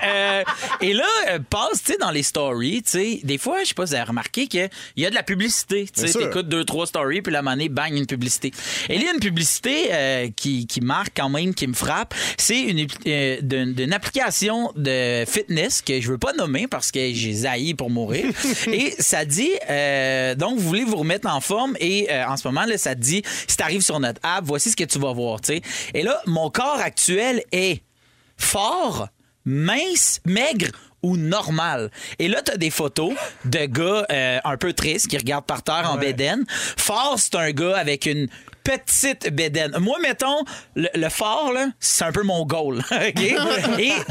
euh, et là, euh, passe, tu sais, dans les stories, tu sais, des fois, je sais pas si vous avez remarqué qu'il y a de la publicité. Tu Bien sais, sûr. t'écoutes deux, trois stories, puis la manée, bang, une publicité. Et là, il y a une publicité euh, qui, qui marque quand même, qui me frappe. C'est une euh, d'une d'une application de fitness que je veux pas nommer parce que j'ai zaï pour mourir. et ça dit, euh, donc, vous voulez vous remettre en forme et euh, en ce moment, là, ça dit, si t'arrives sur notre app, voici ce que tu vas voir, tu sais. Et là, mon corps actuel est fort, mince, maigre ou normal. Et là, t'as des photos de gars euh, un peu tristes qui regardent par terre en bédaine. Fort, c'est un gars avec une petite bédaine. Moi, mettons, le, le fort, là, c'est un peu mon goal. OK? Et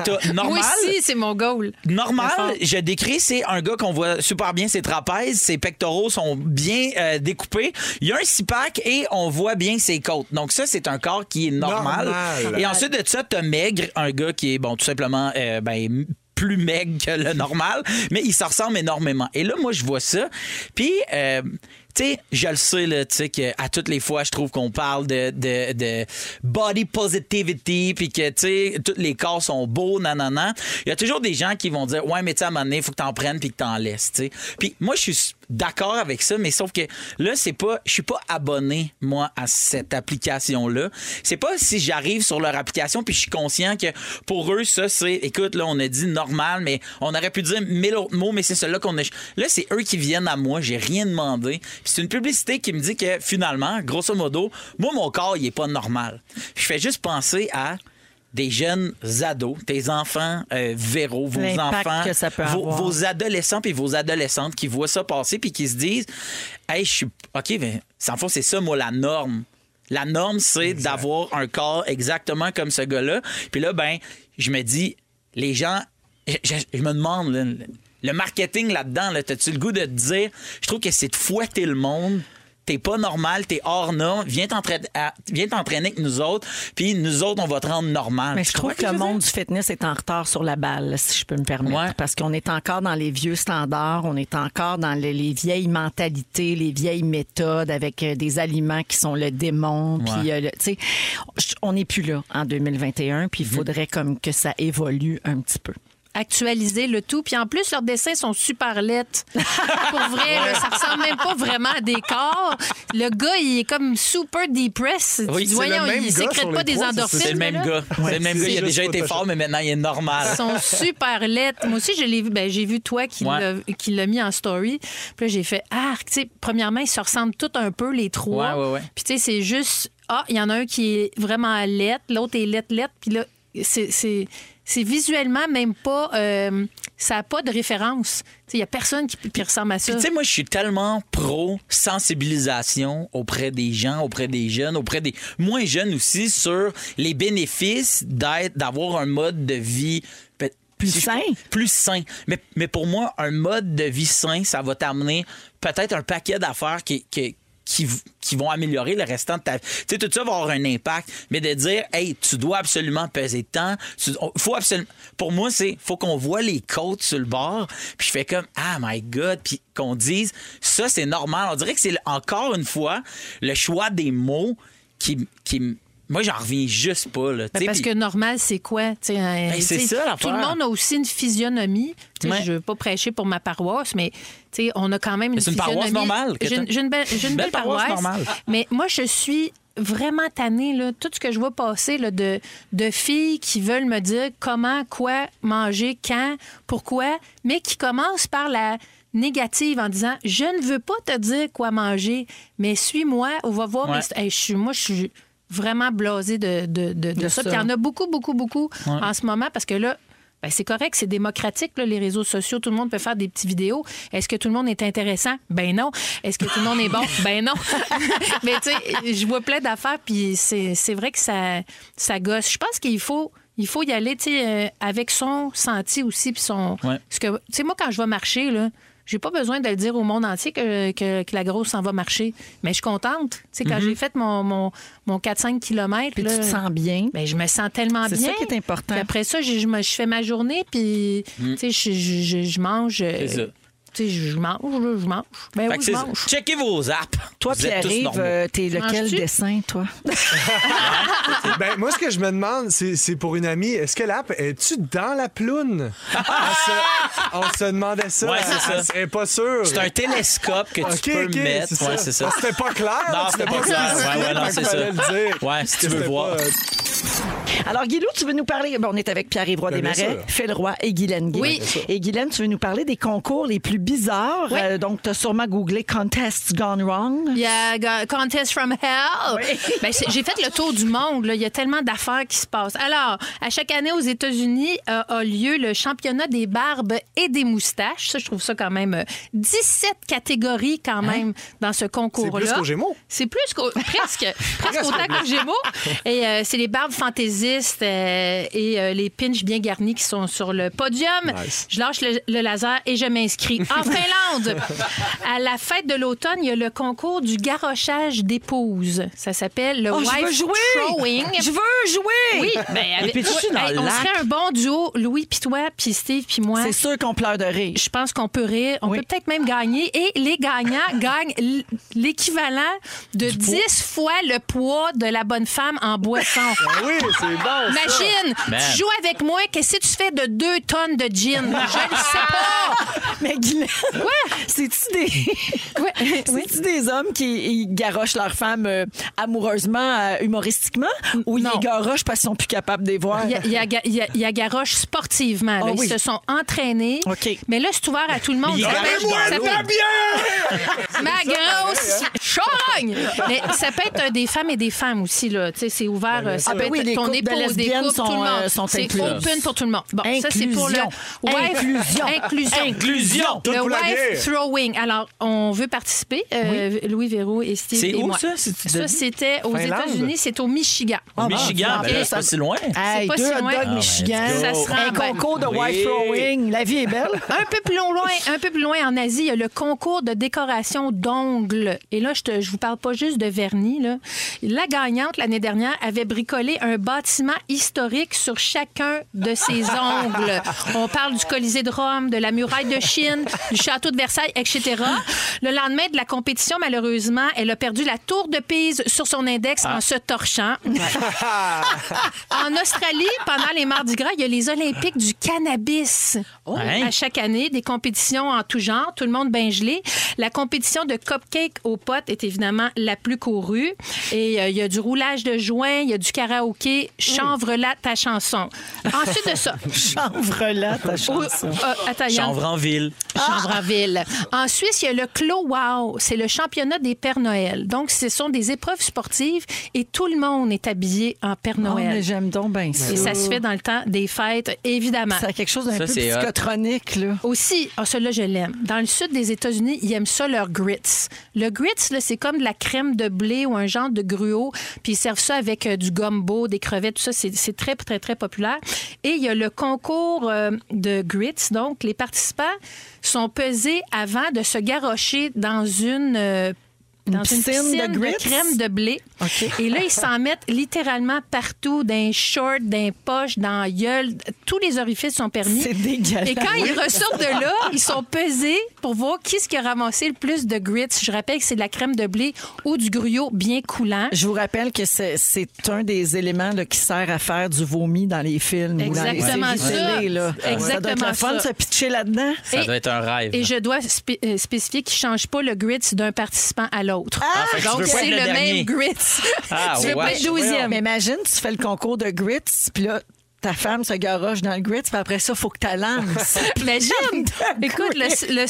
t'as Moi normal... aussi, c'est mon goal. Normal, je décris, c'est un gars qu'on voit super bien ses trapèzes, ses pectoraux sont bien euh, découpés. Il y a un six-pack et on voit bien ses côtes. Donc ça, c'est un corps qui est normal. Normal. Et ensuite de ça, t'as maigre, un gars qui est, bon, tout simplement, euh, ben, plus maigre que le normal, mais il s'en ressemble énormément. Et là, moi, je vois ça. Puis, euh, tu sais, je le sais, là, tu sais, qu'à toutes les fois, je trouve qu'on parle de, de, de body positivity, puis que, tu sais, tous les corps sont beaux, nanana. Il y a toujours des gens qui vont dire, ouais, mais tu sais, à un moment donné, il faut que t'en prennes puis que t'en laisses, tu sais. Puis moi, je suis d'accord avec ça, mais sauf que là, c'est pas, je suis pas abonné, moi, à cette application-là. C'est pas si j'arrive sur leur application puis je suis conscient que pour eux, ça, c'est, écoute, là, on a dit normal, mais on aurait pu dire mille autres mots, mais c'est cela qu'on a. Là, c'est eux qui viennent à moi, j'ai rien demandé. Puis c'est une publicité qui me dit que finalement, grosso modo, moi, mon corps, il est pas normal. Je fais juste penser à des jeunes ados, tes enfants, euh, Véro, vos L'impact enfants, que ça peut vos, avoir. vos adolescents puis vos adolescentes qui voient ça passer puis qui se disent Hey, je suis. OK, mais en fond, c'est ça, moi, la norme. La norme, c'est d'avoir un corps exactement comme ce gars-là. Puis là, ben, je me dis, les gens. Je, je- je me demande, là, le marketing là-dedans, là, t'as-tu le goût de te dire Je trouve que c'est de fouetter le monde. T'es pas normal, t'es hors norme, viens t'entraîner, à- viens t'entraîner avec nous autres, puis nous autres, on va te rendre normal. Mais je Tu trouve comprends ce que le je veux monde dire? du fitness est en retard sur la balle, si je peux me permettre. Ouais. Parce qu'on est encore dans les vieux standards, on est encore dans les, les vieilles mentalités, les vieilles méthodes avec euh, des aliments qui sont le démon. Puis, euh, le- tu sais, je- on n'est plus là en 2021, puis il Mm-hmm. faudrait comme que ça évolue un petit peu. actualiser le tout. Puis en plus, leurs dessins sont super lettres. Pour vrai, là, ça ressemble même pas vraiment à des corps. Le gars, il est comme super depressed. Oui, c'est Tu dis, le voyons, même il gars sur sécrète les pas des poids, c'est- endorphines. C'est le même là. gars. c'est le même c'est gars. Il a juste déjà été Photoshop. fort, mais maintenant, il est normal. Ils sont super lettres. Moi aussi, je l'ai vu. Ben, j'ai vu toi qui Ouais. l'a- qui l'a mis en story. Puis là, j'ai fait Ah, tu sais, premièrement, ils se ressemblent tous un peu, les trois. Ouais, ouais, ouais. Puis tu sais, c'est juste Ah, il y en a un qui est vraiment lettre, l'autre est lettre, lettre. Puis là, c'est. c'est- C'est visuellement même pas. euh, ça n'a pas de référence. Il n'y a personne qui, qui ressemble à ça. Puis, tu sais, moi, je suis tellement pro sensibilisation auprès des gens, auprès des jeunes, auprès des moins jeunes aussi, sur les bénéfices d'être, d'avoir un mode de vie peut- Plus sain. Plus sain. Mais, mais pour moi, un mode de vie sain, ça va t'amener peut-être un paquet d'affaires qui, qui, qui, v- qui vont améliorer le restant de ta vie. Tu sais, tout ça va avoir un impact, mais de dire, hey, tu dois absolument peser tant. tu- on- faut absolument. Pour moi, c'est, faut qu'on voit les côtes sur le bord, puis je fais comme, ah my God, puis qu'on dise, ça, c'est normal. On dirait que c'est le- encore une fois le choix des mots qui. qui m- moi, j'en reviens juste pas, là. tu Ben, sais, parce puis- que normal, c'est quoi? Tu sais, un- Ben, tu c'est sais, ça, l'affaire. tout le monde a aussi une physionomie. Tu sais, Ouais. Je veux pas prêcher pour ma paroisse, mais tu sais, on a quand même une c'est une physionomie. paroisse normale que J'ai une- t'as. j'ai une belle, j'ai une belle paroisse. normale. Mais moi, je suis vraiment tannée. Là, tout ce que je vois passer là, de, de filles qui veulent me dire comment, quoi, manger, quand, pourquoi, mais qui commencent par la négative en disant je ne veux pas te dire quoi manger mais suis-moi on va voir Ouais. mes st- Hey, je suis moi je suis vraiment blasée de, de, de- de De ça. ça. Puis il y en a beaucoup, beaucoup, beaucoup en ce moment parce que là, ben, c'est correct, c'est démocratique, là, les réseaux sociaux, tout le monde peut faire des petites vidéos. Est-ce que tout le monde est intéressant? Ben non. Est-ce que tout le monde est bon? Ben non. Mais tu sais, je vois plein d'affaires, puis c'est c'est vrai que ça, ça gosse. Je pense qu'il faut... Il faut y aller, tu sais, euh, avec son senti aussi, puis son... Ouais. Parce que, tu sais, moi, quand je vais marcher, là, j'ai pas besoin de le dire au monde entier que, que, que la grosse s'en va marcher. Mais je suis contente. Tu sais, quand j'ai fait mon, mon, mon 4-5 km, Mm-hmm. Puis tu te sens bien. ben, je me sens tellement C'est bien. ça qui est important. Puis après ça, je, je me- je fais ma journée, puis tu sais, je, je- je- je mange. euh, Mm. C'est ça. Tu sais, je mange, là, je mange. Ben Fait oui, que je c'est- mange. Checkez vos apps. Toi, Vous êtes tous Pierre-Yves, normaux. euh, t'es lequel Manges-tu? dessin, toi? Ben, moi, ce que je me demande, c'est c'est pour une amie, est-ce que l'app, es-tu dans la ploune? on, se, on se demandait ça. Ouais, c'est ça. Elle- Elle est pas sûre. C'est un télescope que tu Ok, peux ok, mettre. c'est Ouais, ça. c'est ça. Ah, C'était pas clair. Non, là, c'était pas clair. spécifié, Ouais, ouais, non, fait c'est qu'il ça. fallait le dire. Ouais, si tu veux C'était voir. pas, euh, Alors, Guilou, tu veux nous parler. Bon, on est avec Pierre-Yves Roy Ben, bien Desmarais, sûr. Phil Roy et Guylaine Gay. Oui. Et Guylaine, tu veux nous parler des concours les plus bizarres. Oui. Euh, donc, tu as sûrement googlé Contests Gone Wrong. Il y a Ga- Contest from Hell. Ben, c'est- J'ai fait le tour du monde. là. Il y a tellement d'affaires qui se passent. Alors, à chaque année aux États-Unis euh, a lieu le championnat des barbes et des moustaches. Ça, je trouve ça quand même euh, 17 catégories quand même dans ce C'est concours-là. plus qu'au Gémeaux. C'est plus qu'au- presque, presque autant que Gémeaux. Et euh, c'est les barbes fantaisistes euh, et euh, les pinches bien garnis qui sont sur le podium. Nice. Je lâche le, le laser et je m'inscris. En Finlande, à la fête de l'automne, il y a le concours du garochage d'épouses. Ça s'appelle le Oh, je veux wife jouer! throwing. Je veux jouer! Oui, ben, avec- puis tu sais, dans Hey, le on lac. serait un bon duo, Louis puis toi, puis Steve puis moi. C'est sûr qu'on pleure de rire. Je pense qu'on peut rire. On Oui. peut peut-être même gagner. Et les gagnants gagnent l- l'équivalent de 10 fois le poids de la bonne femme en boisson. Oui, c'est bon. Imagine, Man. tu joues avec moi, qu'est-ce que tu fais de 2 tonnes de gin? Je le sais Mais Guylaine, c'est-tu des... pas! Ouais. C'est-tu des hommes qui ils garochent leurs femmes euh, amoureusement, euh, humoristiquement, ou ils Non. les garochent parce qu'ils sont plus capables de les voir? Il y a- il y a, ga- il y a- il y a garoche sportivement. là. Ah Ils oui. se sont entraînés. OK. Mais là, c'est ouvert à tout le monde. Mais il Ça garoche peut- dans ça l'eau. peut- Ma hein? grosse chogne! Mais ça peut être euh, des femmes et des femmes aussi, là. Tu sais, c'est ouvert. euh, ça Ah, peut ben être oui, les ton couples de épouse, des lesbiennes couples, tout le sont, euh, monde. sont c'est incluses. open pour tout le monde. Bon, ça, c'est pour le. Inclusion. Ouais, Inclusion. Inclusion. Inclusion. Le Tout pour la wife guerre. throwing. Alors, on veut participer, euh, Louis Véro et Steve. C'est et où, moi. ça, si tu Ça, l'as dit? c'était aux Finlande? États-Unis, c'est au Michigan. Ah, Michigan, bon, ben là, c'est ça- pas si loin. Hey, pas deux si hot loin. dogs Ah, ben, Michigan, ça se un rend bien. concours de Oui. wife throwing. La vie est belle. Un peu plus loin, un peu plus loin en Asie, il y a le concours de décoration d'ongles. Et là, je ne vous parle pas juste de vernis. Là. La gagnante, l'année dernière, avait bricolé un bâtiment historique sur chacun de ses ongles. On parle du Colisée de Rome, de la muraille de Chine, du château de Versailles, etc. Le lendemain de la compétition, malheureusement, elle a perdu la tour de Pise sur son index en se torchant. En Australie, pendant les Mardi Gras, il y a les Olympiques du cannabis. Hein? À chaque année, des compétitions en tout genre, tout le monde bien gelé. La compétition de cupcake aux potes est évidemment la plus courue. Et euh, il y a du roulage de joint, il y a du karaoké, chanvre-la ta chanson. Ensuite de ça, Chanvre là, ta au- chanson. euh, attends, il y a- Chanvre en ville. Chanvraville. En Suisse, il y a le Clos Wow. C'est le championnat des Pères Noël. Donc, ce sont des épreuves sportives et tout le monde est habillé en Père Non, Ah, mais Noël. j'aime donc bien ça. et ça se fait dans le temps des fêtes, évidemment. Ça a quelque chose d'un Ça, peu c'est hot. psychotronique, là. Aussi, ah, celui-là, je l'aime. Dans le sud des États-Unis, ils aiment ça, leur grits. Le grits, là, c'est comme de la crème de blé ou un genre de gruau. Puis ils servent ça avec euh, du gumbo, des crevettes, tout ça. C'est c'est très, très, très populaire. Et il y a le concours euh, de grits. Donc, les participants sont pesés avant de se garrocher dans une... euh, dans une piscine de piscine de, grits? crème de blé. Et là, ils s'en mettent littéralement partout, dans les shorts, dans les poches, dans la gueule. Tous les orifices sont permis. C'est dégueulasse. Et quand ils ressortent de là, ils sont pesés pour voir qui ce qui a ramassé le plus de grits. Je rappelle que c'est de la crème de blé ou du gruau bien coulant. Je vous rappelle que c'est- c'est un des éléments là, qui sert à faire du vomi dans les films ou dans Exactement les séries ça. télé. Là. ça doit être Exactement le fun de ça. se pitcher là-dedans. Ça doit être un rêve. Et je dois spé- euh, spécifier qu'ils ne changent pas le grits d'un participant à l'autre. Ah, fait que tu Donc, veux pas c'est être le, le dernier. même grits. Ah, tu veux ouais. pas être douzième. Mais imagine, tu fais le concours de grits, puis là, ta femme se garoche dans le grits, puis après ça, faut que tu lances. Imagine! Écoute, le, le,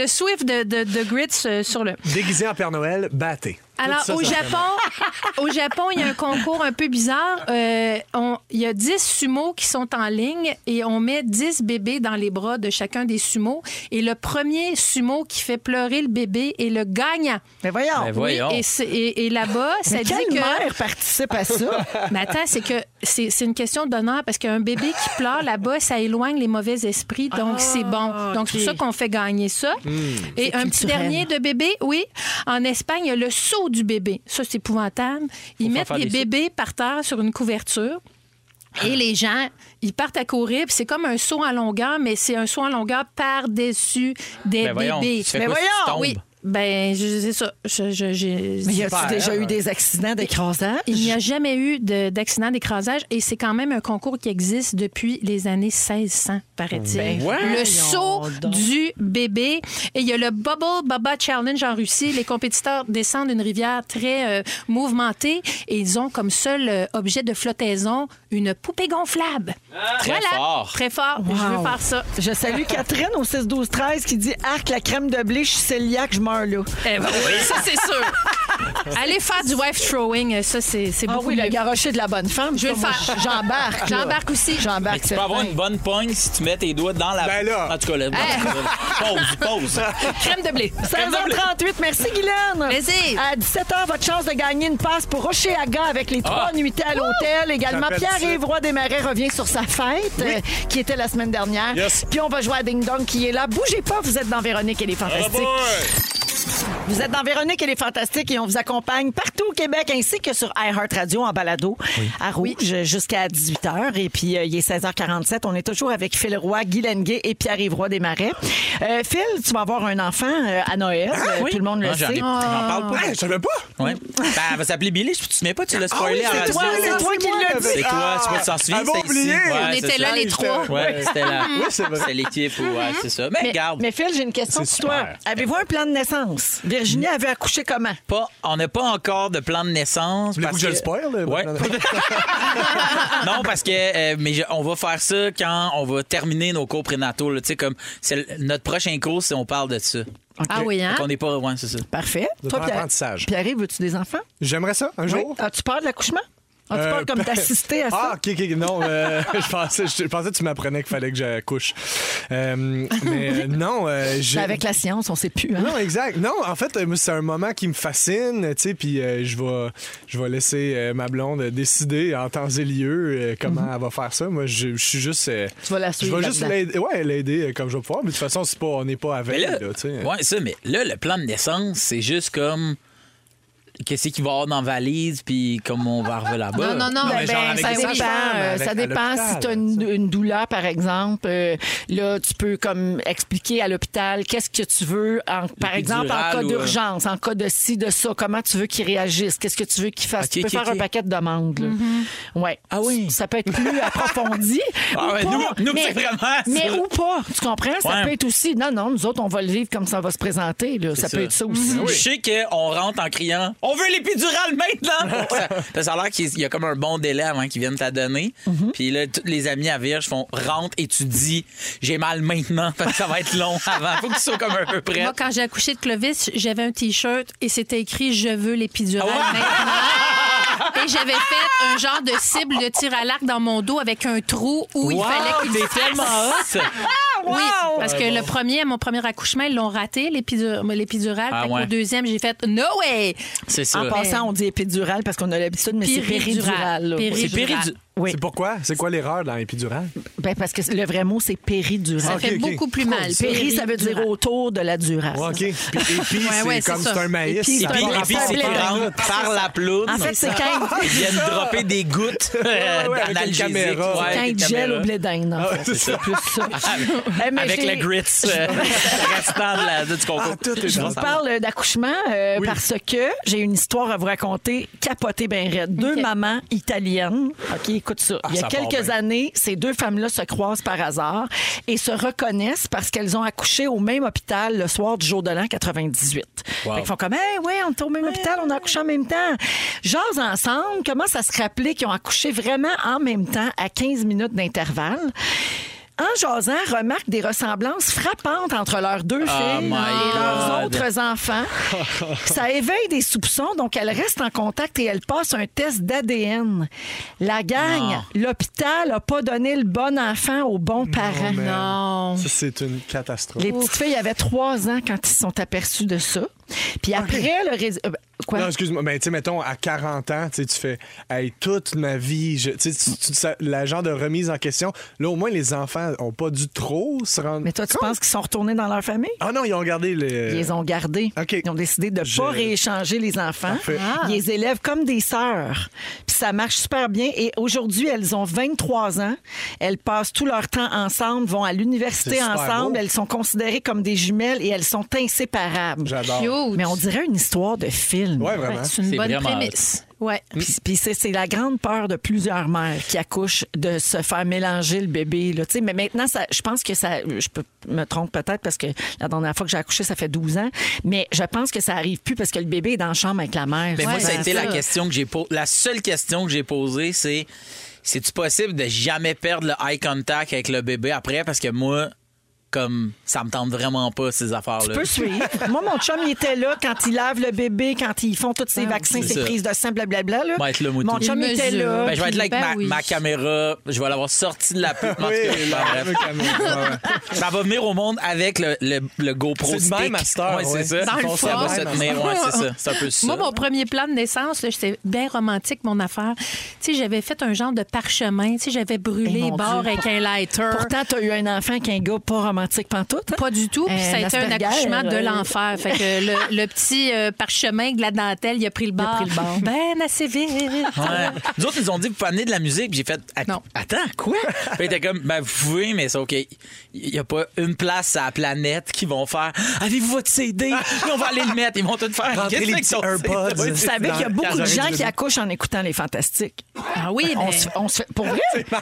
le swift de, de, de grits euh, sur le... Déguisé en Père Noël, batté. Alors, au, Japon, au Japon, il y a un concours un peu bizarre. Euh, on- il y a 10 sumos qui sont en ligne et on met 10 bébés dans les bras de chacun des sumos. Et le premier sumo qui fait pleurer le bébé est le gagnant. Mais voyons. Ben voyons. Et, c'est- et- et là-bas, ça Mais dit quelle que. mère participe à ça? Mais attends, c'est que c'est c'est une question d'honneur parce qu'un bébé qui pleure là-bas, ça éloigne les mauvais esprits, Ah, donc c'est bon. Donc c'est pour ça qu'on fait gagner ça. Hmm. Et un petit culturel. dernier de bébé, oui. En Espagne, il y a le saut du bébé. Ça, c'est épouvantable. Ils Faut mettent faire les des sauts. Ah. bébés par terre sur une couverture. Et les gens, ils partent à courir, puis c'est comme un saut en longueur, mais c'est un saut en longueur par-dessus des Ben voyons, bébés. tu fais Mais quoi si tu voyons! tombes? Oui, ben, je- c'est ça. Je- je- j'ai- Mais y a-tu Super, déjà hein? eu des accidents d'écrasage? il n'y a jamais eu de- d'accident d'écrasage et c'est quand même un concours qui existe depuis les années 1600, paraît-il. Ben le saut du bébé. Et il y a le Bubble Baba Challenge en Russie. Les compétiteurs descendent une rivière très euh, mouvementée et ils ont comme seul euh, objet de flottaison une poupée gonflable. Ah. Très Voilà. fort. Très fort. Je veux faire ça. Je salue Catherine au 6-12-13 qui dit Arc, la crème de blé, je suis celiac, je meurs là. Eh ben oui, ça, c'est sûr. Allez faire du wife throwing. Ça, c'est c'est Ah beaucoup oui, le mieux. garocher de la bonne femme. Je vais le Moi, faire. J'embarque. là. J'embarque aussi. J'embarque. Tu peux avoir une bonne pogne si tu mets tes doigts dans la. Ben là. En tout cas, là, pause, pause. Crème de blé. 16h38, merci Guylaine. Plaisir. À 17h, votre chance de gagner une passe pour Oceaga avec les Ah. trois nuitées à l'hôtel. Également, J'appelle Pierre-Yves Roy Desmarais revient sur sa fête euh, qui était la semaine dernière. Yes. Puis on va jouer à Ding Dong qui est là. Bougez pas, vous êtes dans Véronique et les Fantastiques. Vous êtes dans Véronique et les Fantastiques et on vous accompagne partout au Québec ainsi que sur iHeartRadio en balado à Rouge jusqu'à 18h. Et puis, euh, il est 16h47. On est toujours avec Phil Roy, Guy Lenguet et Pierre-Yves Roy Desmarais. Euh, Phil, tu vas avoir un enfant euh, à Noël. Euh, Tout le monde le Ah, J'en sait. ai- j'en parle pas. Ah. Ouais, je savais pas. Ouais. Ben, elle va s'appeler Billy. Je- Tu te souviens pas, tu l'as spoilé Ah oui, en c'est radio. toi, c'est toi qui l'as dit. C'est toi, tu peux t'en Ah, souvenir. bon, c'était oublié. ici. Ouais, On c'est était ça. là, les trois. Ouais, c'était là. c'est l'équipe, ouais, c'est ça. Mais regarde, Mais Phil, j'ai une question pour toi. Avez-vous un plan de naissance? Virginie avait accouché comment? pas, on n'a pas encore de plan de naissance. Voulez-vous parce que je le spoil, euh, le Ouais. plan de naissance? non, parce que euh, mais je- on va faire ça quand on va terminer nos cours prénataux. là. Tu sais, comme c'est le- notre prochain cours, c'est on parle de ça. Ah oui, hein? Donc, on n'est pas loin, c'est ça. Parfait. plan d'apprentissage. Pierre, veux-tu des enfants? J'aimerais ça, un Oui. jour. As-tu peur de l'accouchement? As-tu Euh, peur comme d'assister à Ah, ça? ok, ok, non. euh, je, pensais, je, pensais que tu m'apprenais qu'il fallait que j'accouche. Euh, mais euh, non, euh, j'ai- C'est Avec la science, on sait plus. Hein? Non, exact. Non, en fait, euh, moi, c'est un moment qui me fascine, tu sais, puis euh, je vais je vais laisser euh, ma blonde décider en temps et lieu euh, comment elle va faire ça. Moi, je, je suis juste euh, Mhm. Tu vas la je suivre vais juste là-dedans. l'aider, ouais, l'aider euh, comme je vais pouvoir, mais de toute façon, c'est pas on n'est pas Mais avec là, Ben tu sais. ouais, ça, mais là, le plan de naissance, c'est juste comme qu'est-ce qu'il va y avoir dans la valise, puis comme on va arriver là-bas. Non, non, non. Mais genre Ben, avec ça des dépend, sages-femmes, euh, avec- ça à dépend l'hôpital, si tu as une, une douleur, par exemple. euh, là, tu peux comme expliquer à l'hôpital qu'est-ce que tu veux, en- par exemple, en L'épidurale cas ou, euh, d'urgence, en cas de ci, de ça, comment tu veux qu'ils réagissent, qu'est-ce que tu veux qu'ils fassent. Ok, tu peux ok, faire ok. un paquet de demandes. là. Ouais. Ah oui. Ça peut être plus approfondi. Ah ou ouais, pas, nous- nous, mais- c'est vraiment Mais ça. ou pas. Tu comprends? Ça Ouais. peut être aussi. Non, non, nous autres, on va le vivre comme ça va se présenter. là. ça. Ça Mm-hmm. peut être ça Ben aussi. Je sais qu'on rentre en criant On veut l'épidurale maintenant! Ben ça, parce que ça a l'air qu'il y a comme un bon délai avant qu'ils viennent te la donner. Mm-hmm. Puis là, tous les amis à Vierge font Rentre et tu dis J'ai mal maintenant parce que ça va être long avant. Faut que tu sois comme un peu prêt. Moi, quand j'ai accouché de Clovis, j'avais un T-shirt et c'était écrit « Je veux l'épidurale Ah ouais? maintenant ». Et j'avais fait un genre de cible de tir à l'arc dans mon dos avec un trou où il Wow, fallait qu'il t'es tellement hot! Oui, parce que le premier, mon premier accouchement, ils l'ont raté, l'épidur- l'épidurale. Ah Fait qu'au ouais. deuxième, j'ai fait « No way! C'est ça. En passant, on dit épidurale parce qu'on a l'habitude, mais c'est péridurale. là. C'est péridu- Oui. C'est pourquoi? C'est quoi l'erreur dans l'épidurale? Ben parce que le vrai mot, c'est péridural. Ça Ah, Ok, fait ok. beaucoup plus mal. Péri, ça veut dire Péridurale. autour de la durée. OK. Puis épi, Ouais, ouais, c'est comme c'est c'est ça. un maïs. Épi, Et ça puis, part un et puis, en Ah, c'est rapport qu'ils avec la rentrent par la ploune. En fait, c'est quand, Ils viennent dropper des gouttes euh, Ouais, ouais, avec une d'analgésique. caméra. Ah, Ouais, quand des il gèle caméras. au blé d'Inde. en fait. c'est ça. C'est plus ça. Euh, mais Avec le j'ai- grits euh, restant de la, du concours. Ah, tout est Je dans pense Je à- vous parle d'accouchement euh, parce que j'ai une histoire à vous raconter capotée ben raide. Deux Ok. mamans italiennes. OK, écoute ça. Il y a Ah, ça part quelques bien. années, ces deux femmes-là se croisent par hasard et se reconnaissent parce qu'elles ont accouché au même hôpital le soir du jour de l'an 98. Fait qu'ils font comme, hey, ouais, on est au même hôpital, on a accouché en même temps. Jasent ensemble, commencent à se rappeler qu'ils ont accouché vraiment en même temps à 15 minutes d'intervalle. En jasant, remarquent des ressemblances frappantes entre leurs deux Oh filles my et leurs God. autres enfants. Ça éveille des soupçons, donc elles restent en contact et elles passent un test d'ADN. La gang, l'hôpital n'a pas donné le bon enfant aux bons parents. Non. Ça, c'est une catastrophe. Les petites filles avaient trois ans quand ils se sont aperçus de ça. Puis après, le rés- euh, Quoi? Non, excuse-moi, mais tu sais, mettons, à 40 ans, tu sais, tu fais, hey, toute ma vie, je, tu sais, tu- tu- ça- la genre de remise en question, là, au moins, les enfants ont pas dû trop se rendre. Mais toi, tu compte. penses qu'ils sont retournés dans leur famille? Ah non, ils ont gardé les. Ils les ont gardés. OK. Ils ont décidé de ne Je- pas rééchanger les enfants. Parfait. Ils les élèvent comme des sœurs. Puis ça marche super bien. Et aujourd'hui, elles ont 23 ans. Elles passent tout leur temps ensemble, vont à C'est l'université super ensemble. beau. Elles sont considérées comme des jumelles et elles sont inséparables. J'adore. Cute. Mais on dirait une histoire de film. Ouais, vraiment. Ouais, c'est une C'est bonne vraiment prémisse. Ouais. Puis, puis c'est, c'est la grande peur de plusieurs mères qui accouchent de se faire mélanger le bébé. Là, tu sais. mais maintenant, ça, je pense que ça. Je peux, me trompe peut-être parce que la dernière fois que j'ai accouché, ça fait 12 ans. Mais je pense que ça arrive plus parce que le bébé est dans la chambre avec la mère. Mais Ben, moi, Ouais, ben, ça a c'est été ça. la question que j'ai posée. La seule question que j'ai posée, c'est c'est-tu possible de jamais perdre le eye contact avec le bébé après? Parce que moi, comme ça me tente vraiment pas, ces affaires-là. Tu peux suivre. Moi, mon chum, il était là quand il lave le bébé, quand ils font tous ses vaccins, C'est ses ça. prises de sang, blablabla. Là. Va être là, moi, mon tout. chum, Ah, Il il était mesure. là. Ben, je vais être là avec Ben ma, oui. ma caméra. Je vais l'avoir sortie de la pub. En tout cas, Oui, ben, la bref. caméra, ouais. Ça va venir au monde avec le, le, le GoPro C'est Stick. le même master, Ouais, ouais. c'est ça. Dans le ça va fond. se tenir. Ouais, c'est ça. C'est un peu ça. Moi, mon premier plan de naissance, là, c'était bien romantique, mon affaire. Tu sais, j'avais fait un genre de parchemin. Tu sais, j'avais brûlé Eh, mon les bords Dieu. avec un lighter. Pourtant, t'as eu un enfant qui est un gars pas romantique pantoute. hein? Pas du tout, puis Euh, ça a été un l'Asperger, accouchement de euh, l'enfer. Fait que le, le petit euh, parchemin de la dentelle, il a pris le bord. pris le bord. Ben assez vite. Ouais. Nous autres, ils nous ont dit, vous pouvez amener de la musique. Puis j'ai fait, Att- Non. attends, quoi? Puis ils étaient comme, ben, vous pouvez, mais c'est OK. Il n'y a pas une place à la planète qui vont faire, avez-vous votre CD? Puis on va aller le mettre. Ils vont tout faire. Rentrer les que petits ton AirPods. CD? Vous savez qu'il y a beaucoup de Casaret gens du qui Levant. accouchent en écoutant Les Fantastiques. Ah oui, On ben, se, on se fait, pour vrai,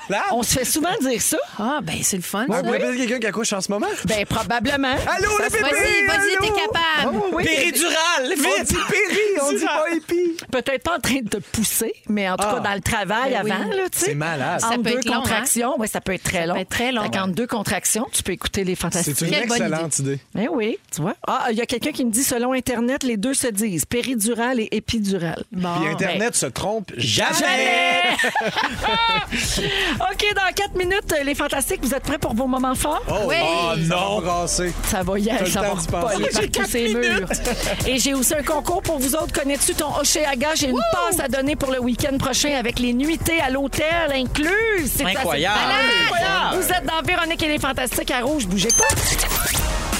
malade. on se fait souvent dire ça. ah, ben c'est le fun. Ouais, ça. vous connaissez quelqu'un qui accouche en ce moment? Ben probablement. Allô, Ça le se- bébé! Vas-y, vas-y, t'es capable. Oh, oui. Péridurale, On vite! dit péri, on dit pas épi. Peut-être pas en train de te pousser, mais en tout cas dans le travail Ben oui. avant, là, tu sais. Ah. C'est malade. Entre Ça peut deux être long, hein? contractions, ouais, ça peut être très long. peut être Ben, très long. Fait qu'entre deux contractions, tu peux écouter les C'est une fantastiques. Quelle bonne excellente idée. Ben oui, tu vois. Ah, il y a quelqu'un qui me dit selon Internet, les deux se disent péridurale et épidurale. Bon. Puis Internet se trompe Jamais! Ben, OK, dans quatre minutes, euh, les fantastiques, vous êtes prêts pour vos moments forts? Oh, Oui. oh non! Brassé. Ça va y T'as aller, le ça temps va d'y penser. voler J'ai partout quatre ces murs. Et j'ai aussi un concours pour vous autres. Connais-tu ton Oceaga? J'ai une passe à donner pour le week-end prochain avec les nuitées à l'hôtel incluses. C'est Incroyable. assez- Vous êtes dans Véronique et les Fantastiques à Rouge. Bougez pas.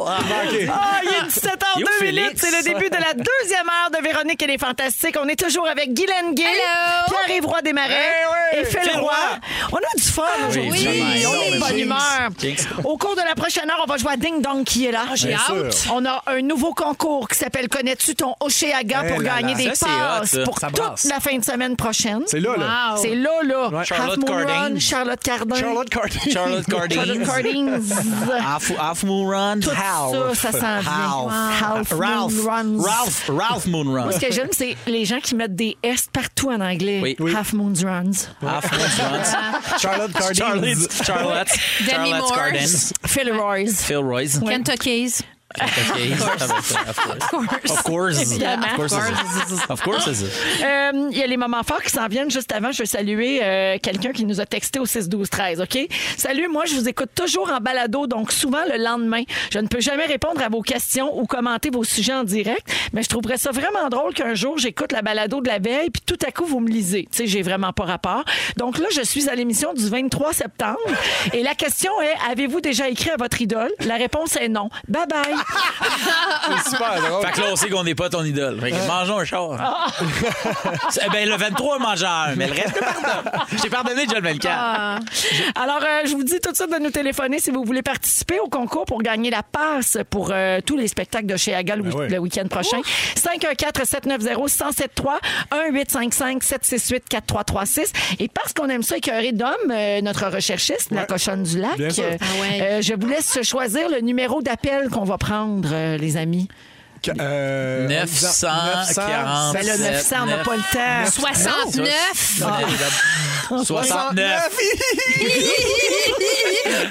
Ah, il est 17 h Yo, 2 minutes. Félix. C'est le début de la deuxième heure de Véronique et les Fantastiques. On est toujours avec Guylaine Gay, Pierre-Yves Roy Desmarais et Phil Roy. On a du fun aujourd'hui. oui, on est de oui. bonne Jinx. humeur. Jinx. Au cours de la prochaine heure, on va jouer à Ding Dong qui est là. Ah, J'ai hâte. On a un nouveau concours qui s'appelle Connais-tu ton Oceaga Eh pour là gagner là. des Ça, c'est hot, passes ça. pour Ça brasse. toute la fin de semaine prochaine. C'est là, là. Wow. C'est là, là. Charlotte Half Moon Cardin. Run, Charlotte Cardin. Charlotte Cardin. Charlotte Cardine. Charlotte Cardin. Half, half Moon Run. Tout Half. ça, ça sent bien. Half. Half Moon Ralph. Runs. Ralph. Ralph Moon Run. Moi, ce que j'aime, c'est les gens qui mettent des S partout en anglais. Oui. Half Moon's Runs. Half Moon Charlotte Runs. Cardin. Charlotte. Charlotte. Demi Charlotte Moore. Cardin. Phil Roy's. Phil Royce. Kentucky's. Okay, of course. Of course. Of course. is it. Of course. is it. Euh, Il y a les moments forts qui s'en viennent. Juste avant, je veux saluer euh, quelqu'un qui nous a texté au 6-12-13, OK? Salut, moi, je vous écoute toujours en balado, donc souvent le lendemain. Je ne peux jamais répondre à vos questions ou commenter vos sujets en direct, mais je trouverais ça vraiment drôle qu'un jour, j'écoute la balado de la veille, puis tout à coup, vous me lisez. Tu sais, j'ai vraiment pas rapport. Donc là, je suis à l'émission du 23 septembre, et la question est, avez-vous déjà écrit à votre idole? La réponse est non. Bye-bye! C'est super drôle. Fait que là, on sait qu'on n'est pas ton idole. Fait que mangeons un char. C'est- ben, le 23, mangeons un, mais le reste, je pardonne. J'ai pardonné John 24. Alors, euh, je vous dis tout de suite de nous téléphoner si vous voulez participer au concours pour gagner la passe pour euh, tous les spectacles de chez Aga le, week- Ben oui. le week-end prochain. 514-790-1073-1855-768-4336. Et parce qu'on aime ça écœurer d'hommes, euh, notre recherchiste, la cochonne du lac, Bien sûr. euh, Ah ouais. euh, je vous laisse choisir le numéro d'appel qu'on va prendre, euh, les amis. Euh, 947. Ben là, 900, on n'a pas le temps. 69 Ah. 69.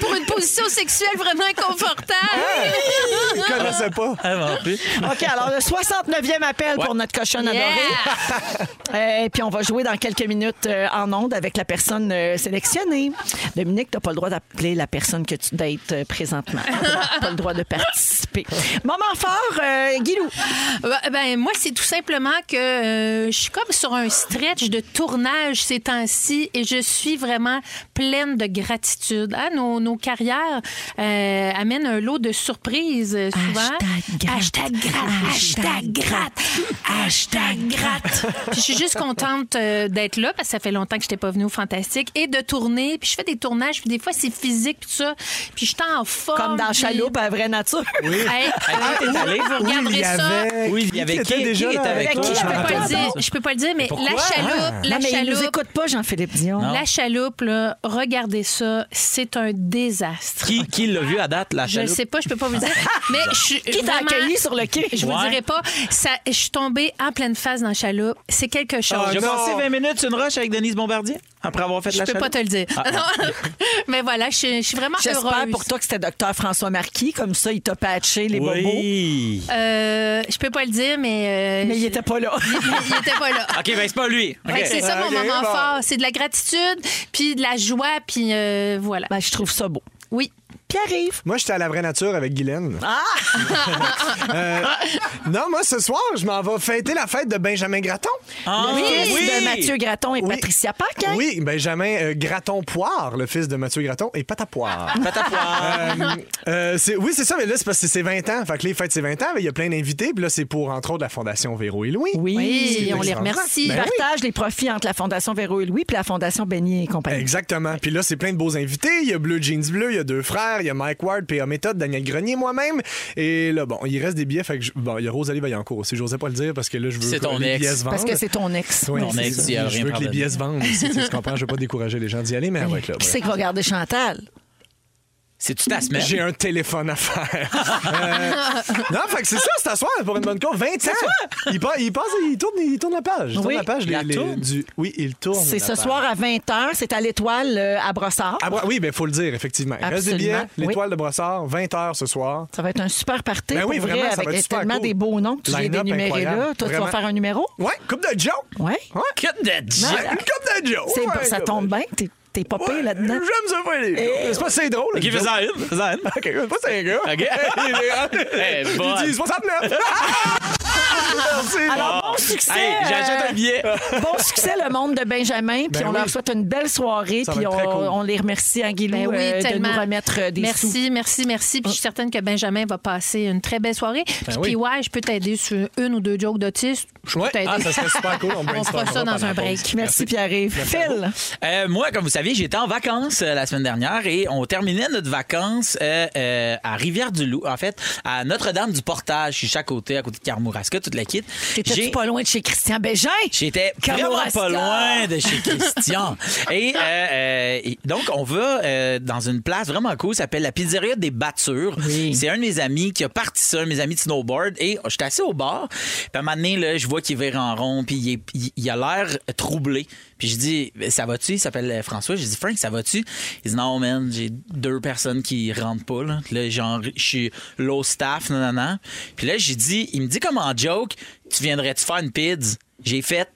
pour une position sexuelle vraiment inconfortable. Je connaissais pas. Ah, mon Dieu. OK, alors le 69e appel pour notre cochonne adorée. Euh, Et puis on va jouer dans quelques minutes euh, en onde avec la personne euh, sélectionnée. Dominique, t'as pas le droit d'appeler la personne que tu dates euh, présentement. T'as pas le droit de participer. Moment fort, euh, Guilou. Ben, ben, moi, c'est tout simplement que euh, je suis comme sur un stretch de tournage ces temps-ci et je suis vraiment pleine de gratitude. Ah, nos, nos carrières euh, amènent un lot de surprises euh, souvent. Hashtag gratte. Hashtag gratte. Hashtag gratte. Puis je suis juste contente euh, d'être là parce que ça fait longtemps que je n'étais pas venue au Fantastique et de tourner. Puis je fais des tournages, puis des fois c'est physique, tout ça. Puis je suis en forme. Comme dans puis- Chaloupe à la vraie nature. Hey, Ah, t'es allée? vous regarderez ça. Oui, il y avait qui, était déjà qui là? était avec Avec toi? qui? Je Je peux me pas rappelle le dire, pas. je peux pas le dire, mais la chaloupe, la Ah. non, mais il nous chaloupe, écoute pas, Jean-Philippe Dion. la chaloupe, là, regardez ça, c'est un désastre. Qui, qui l'a vu à date, la Je ne chaloupe? sais pas, je peux pas vous le dire, mais je suis Qui t'a vraiment- accueilli sur le quai? Je vous Ouais. dirai pas. Ça, je suis tombée en pleine face dans la chaloupe. C'est Ah, quelque chose. Ah, J'ai je passé 20 minutes sur une roche avec Denise Bombardier après avoir fait je la peux pas chaloupe. te le dire. Non. mais voilà, je, suis- je suis vraiment Ah, J'espère heureuse. pour toi que c'était docteur François Marquis, comme ça il t'a patché les bobos. Oui. Euh, je peux pas le dire, mais. euh, Mais il je- était pas là. il était pas là. OK, ben c'est pas lui. OK. Fait que C'est ça mon Ok, moment bon. fort. C'est de la gratitude, puis de la joie, puis euh, voilà. Ben, je trouve ça beau. Oui. Pierre-Yves. Moi, j'étais à la vraie nature avec Guylaine. Ah! non, moi, ce soir, je m'en vais fêter la fête de Benjamin Gratton. Ah, Le fils de Mathieu Graton et Oui. Patricia hein? Paquin. Oui, Benjamin euh, Gratton-Poire, le fils de Mathieu Gratton, et Patapoire. Patapoire. Euh, euh, c'est- oui, c'est ça, mais là, c'est parce que c'est 20 ans. Fait que les fêtes, c'est 20 ans, mais il y a plein d'invités. Puis là, c'est pour, entre autres, la Fondation Véro et Louis. Oui. Oui, c'est on les extraordinaire. Ben remercie. Ils partagent les profits entre la Fondation Véro et Louis puis la Fondation Beignet et compagnie. Exactement. Puis là, c'est plein de beaux invités. Il y a Bleu Jeans Bleu, il y a deux frères, il y a Mike Ward, PA Méthode, Daniel Grenier, moi-même. Et là, bon, il reste des billets. Fait que je- bon, il y a Rosalie Vaillancourt aussi. J'osais pas le dire parce que là, je veux C'est que ton les ex. billets se vendent. Parce que c'est ton ex. Oui, Ton c'est ex, ça. il a Je rien veux que les pardonné. billets se vendent. C'est- c'est- Je comprends, je veux pas décourager les gens d'y aller, mais avec là. ben. Qui bref. c'est qui va regarder Chantal? C'est-tu ta semaine? J'ai un téléphone à faire. Euh, non, fait que c'est ça, c'est à soir pour une bonne cause. 20 ans. Il, pa- il passe, il tourne, il tourne la page. Il Oui, tourne la page. il la tourne. du- oui, il tourne. C'est la ce page. soir à 20h. C'est à l'Étoile euh, à Brossard. Ah, oui, ben faut le dire, effectivement. Il Reste des Absolument, billets, l'étoile de brossard, 20h ce soir. Ça va être un super party. Ben oui, pour vraiment, ça avec va être super tellement cool. des beaux noms. Tu les Line-up dénumérés là. incroyable. Toi, tu Vraiment. vas faire un numéro? Ouais, coupe de Joe. Oui. Ouais. Que de Ouais, Une coupe de Joe. C'est- Ouais, ça coupe tombe de- bien. T'es T'es pas pire là-dedans. J'aime ça faire les. C'est pas c'est drôle. Qui les fait jokes. ça une? Fais ça une. OK, c'est pas c'est un gars. OK. Eh, bonne. Il dit 69. Merci. Alors, bon succès! Hey, euh, j'achète un billet. Ah. Bon succès, le monde de Benjamin. Puis on leur souhaite une belle soirée. Ben Ça va Puis être on, très cool. on les remercie, Anguilou, Ben oui, euh, de tellement. nous remettre euh, des sous. Merci, merci, merci. Puis je suis certaine que Benjamin va passer une très belle soirée. Puis oui. ouais, je peux t'aider sur une ou deux jokes d'autistes. Je peux Ouais. t'aider. Ah, ça serait super cool. On On fera brainstormera ça pendant dans la un pause. break. Merci, Pierre-Yves. Phil, Euh, moi, comme vous saviez, j'étais en vacances euh, la semaine dernière et on terminait notre vacances euh, euh, à Rivière-du-Loup, en fait, à Notre-Dame-du-Portage, je suis à côté, à côté de Kamouraska, toute la kit. t'étais J'ai- pas loin de chez Christian Bégin? J'étais vraiment Kamouraska. pas loin de chez Christian. et, euh, euh, et donc, on va euh, dans une place vraiment cool, ça s'appelle la Pizzeria des Battures. Oui. C'est un de mes amis qui a parti ça, un de mes amis de snowboard. Et oh, j'étais assis au bar. Puis à un moment donné, là, je vois qu'il vire en rond, puis il, est- il- il a l'air troublé. Puis je dis, ça va-tu? Il s'appelle euh, François. Je dis, Frank, ça va-tu? Il dit, non, man, j'ai deux personnes qui rentrent pas. Là, Là, genre, je suis low staff, non, non, non. Puis là, j'ai dit, il me dit comme en joke, tu viendrais-tu faire une pids? J'ai fait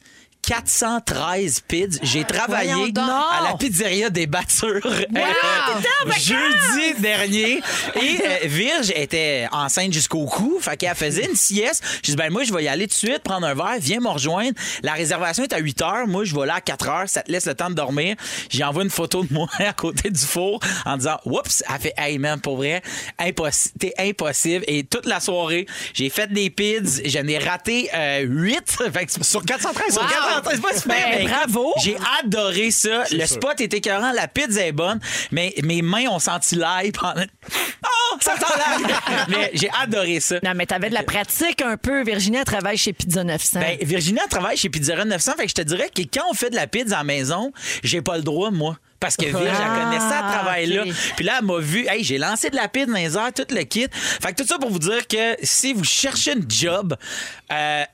413 pids. J'ai Ah, Voyons travaillé donc. à la pizzeria des battures euh, jeudi dernier. Et euh, Virge était enceinte jusqu'au cou. Fait qu'elle faisait une sieste. J'ai dit, ben moi, je vais y aller tout de suite, prendre un verre, viens me rejoindre. La réservation est à 8 heures. Moi, je vais là à 4 heures. Ça te laisse le temps de dormir. J'ai envoyé une photo de moi à côté du four en disant, oups, elle fait, hey man, pour vrai, impossi- t'es impossible. Et toute la soirée, j'ai fait des pids. J'en ai raté euh, 8. Sur 413, Sur 93, c'est pas super, Ben, mais bravo. J'ai adoré ça. Le sûr. spot était écœurant, la pizza est bonne, mais mes mains ont senti l'ail pendant. Oh, ça sent l'ail! mais j'ai adoré ça. Non, mais t'avais de la pratique un peu. Virginie, elle travaille chez Pizza 900. Ben, Virginie, elle travaille chez Pizzeria 900, fait que je te dirais que quand on fait de la pizza à la maison, j'ai pas le droit, moi. Parce que Virge, Ah, elle connaissait ce travail-là. ok. Puis là, elle m'a vu. Hey, j'ai lancé de la pizza dans les airs, tout le kit. Fait que tout ça pour vous dire que si vous cherchez une job, euh,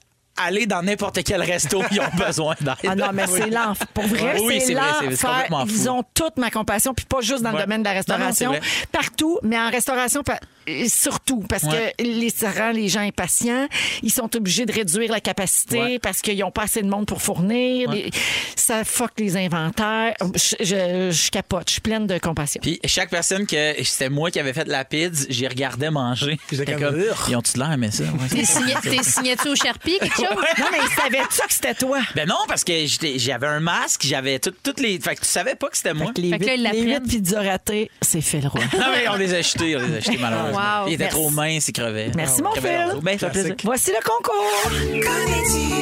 allez dans n'importe quel resto, ils ont besoin d'aide. ah non, mais c'est l'enfer. Pour vrai, Oui, c'est c'est vrai, c'est- c'est l'enfer. complètement fou. Ils ont toute ma compassion, puis pas juste dans le Ouais. domaine de la Non, non, c'est restauration. vrai. Partout, mais en restauration, pa- et surtout, parce Ouais. que les, ça rend les gens impatients. Ils sont obligés de réduire la capacité Ouais. parce qu'ils n'ont pas assez de monde pour fournir. Les- ça fuck les inventaires. Je, je- je capote. Je suis pleine de compassion. Puis chaque personne que c'était moi qui avait fait la pizza, j'y regardais manger. J'étais comme, comme, Urgh. ils ont-tu de l'air à aimer ça? Ouais. T'es signé- T'es signé-tu au Sharpie, quelque chose? Non, mais ils savaient-tu que c'était toi? Ben non, parce que j'étais- j'avais un masque, j'avais tout- toutes les. Fait que tu savais pas que c'était moi. Les Fait que là, ils huit, les l'apprennent. huit pizzas ratées, c'est fait le roi. Non, mais on les a achetés, on les a achetés malheureusement. Wow. Ils étaient Merci. trop minces, ils crevaient. Merci, Ils mon crevaient Phil. leurs os. Ben, ça fait plaisir. Voici le concours.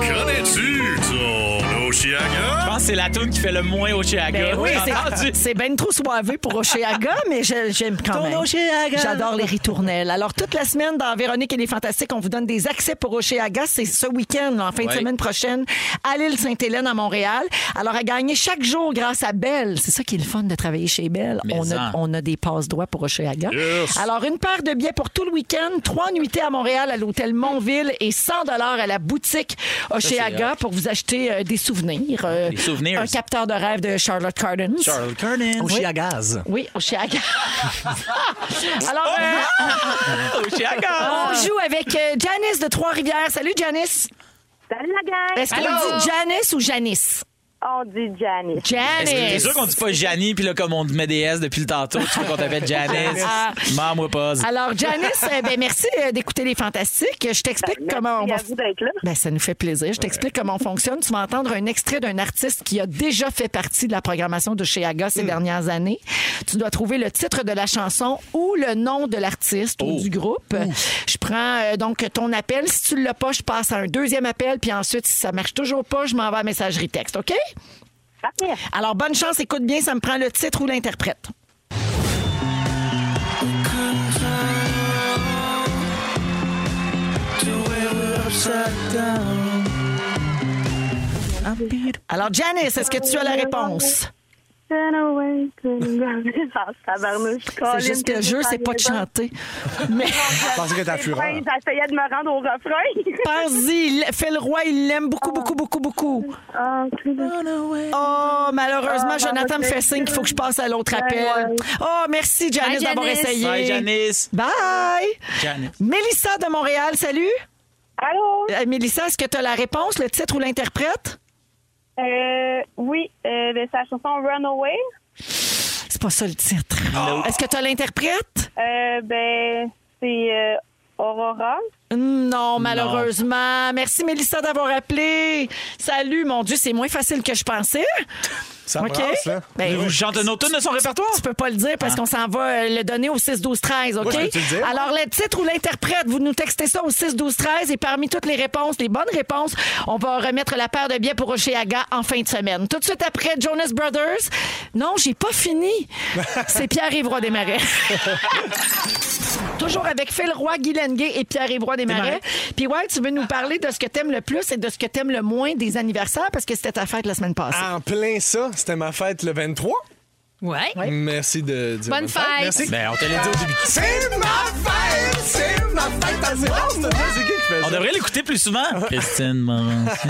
Connais-tu ton Je Oshiaga? pense que c'est la toune qui fait le moins au Chiaga. Ben oui, c'est- entendu. c'est bien trop soivé pour Oshéaga, mais je- j'aime quand Ton même. Oshéaga. J'adore les ritournelles. Alors, toute la semaine, dans Véronique et les Fantastiques, on vous donne des accès pour Oshéaga. C'est ce week-end, là, en fin de Ouais. semaine prochaine, à l'île Sainte-Hélène, à Montréal. Alors, à gagner chaque jour grâce à Belle. C'est ça qui est le fun de travailler chez Belle. Mais hein. On a, en. on a des passe-droits pour Oshéaga. Yes. Alors, une paire de billets pour tout le week-end, trois nuitées à Montréal, à l'hôtel Montville et 100 à la boutique Oshéaga hot. pour vous acheter euh, des souvenirs. euh, Des souvenirs. Un capteur de rêve de Charlotte Cardin. Charles Kernan. Au chien à gaz. Oui, au Chiaga. Alors, euh, Oh! Au Chiaga. on joue avec euh, Janice de Trois-Rivières. Salut, Janice. Salut la gang! Est-ce qu'on dit Janice ou Janice? On dit Janice. Est-ce que t'es Janice. sûr qu'on dit pas Janie, puis là, comme on met des S depuis le tantôt, tu vois qu'on t'appelle Janice? Ah. Maman, pas. Alors, Janice, euh, ben, merci euh, d'écouter les fantastiques. Je t'explique comment on Ben, Merci va. à vous d'être là. Ben, ça nous fait plaisir. Je t'explique comment on fonctionne. Tu vas entendre un extrait d'un artiste qui a déjà fait partie de la programmation de chez Aga ces dernières années. Tu dois trouver le titre de la chanson ou le nom de l'artiste ou du groupe. Je prends euh, donc ton appel. Si tu l'as pas, je passe à un deuxième appel. Puis ensuite, si ça marche toujours pas, je m'en vais à messagerie texte. OK? Parfait. Alors, bonne chance. Écoute bien, ça me prend le titre ou l'interprète. Alors, Janice, est-ce que tu as la réponse? Turn away, turn away. Ah, tabarnouche. C'est juste que le jeu, c'est pas de chanter. Mais Je pensais que t'as fureur. Ouais, J'essayais de me rendre au refrain. pense-y, Fais le roi, il l'aime beaucoup, beaucoup, beaucoup, beaucoup. Ah, tout le- Oh, malheureusement, Ah, Jonathan me fait signe qu'il faut que je passe à l'autre appel. Ben, ouais. Oh, merci, Janice, Bye, d'avoir Janice. essayé. Bye, Janice. Bye. Janice. Mélissa de Montréal, salut. Allô? Euh, Mélissa, est-ce que tu as la réponse, le titre ou l'interprète? Euh, oui, euh, de sa chanson Runaway. C'est pas ça le titre. Est-ce que tu as l'interprète? Euh, ben, c'est euh, Aurora. Non, malheureusement. Merci, Mélissa, d'avoir appelé. Salut, mon Dieu, c'est moins facile que je pensais. Ça brasse, hein? là. Ben, Vous chantez nos tunes de son répertoire? Ah. Tu peux pas le dire parce qu'on s'en va euh, le donner au 6-12-13, OK? Moi, je peux-tu le dire? Alors, le titre ou l'interprète, vous nous textez ça au 6-12-13 et parmi toutes les réponses, les bonnes réponses, on va remettre la paire de billets pour Oceaga en fin de semaine. Tout de suite après, Jonas Brothers. Non, j'ai pas fini. C'est Pierre-Yves Roy Desmarais. Toujours avec Phil Roy, Guy Lenguet et Pierre-Yves Roy Desmarais. Puis ouais, tu veux nous parler de ce que t'aimes le plus et de ce que t'aimes le moins des anniversaires parce que c'était ta fête la semaine Ah, passée. En plein ça, c'était ma fête le 23. Ouais. Merci de dire. Bonne fête. Merci. Ben, on te l'a dit au début. C'est ma fête! C'est ma fête à moi! C'est qui qui fait ça? On devrait l'écouter plus souvent. Christine Morancy.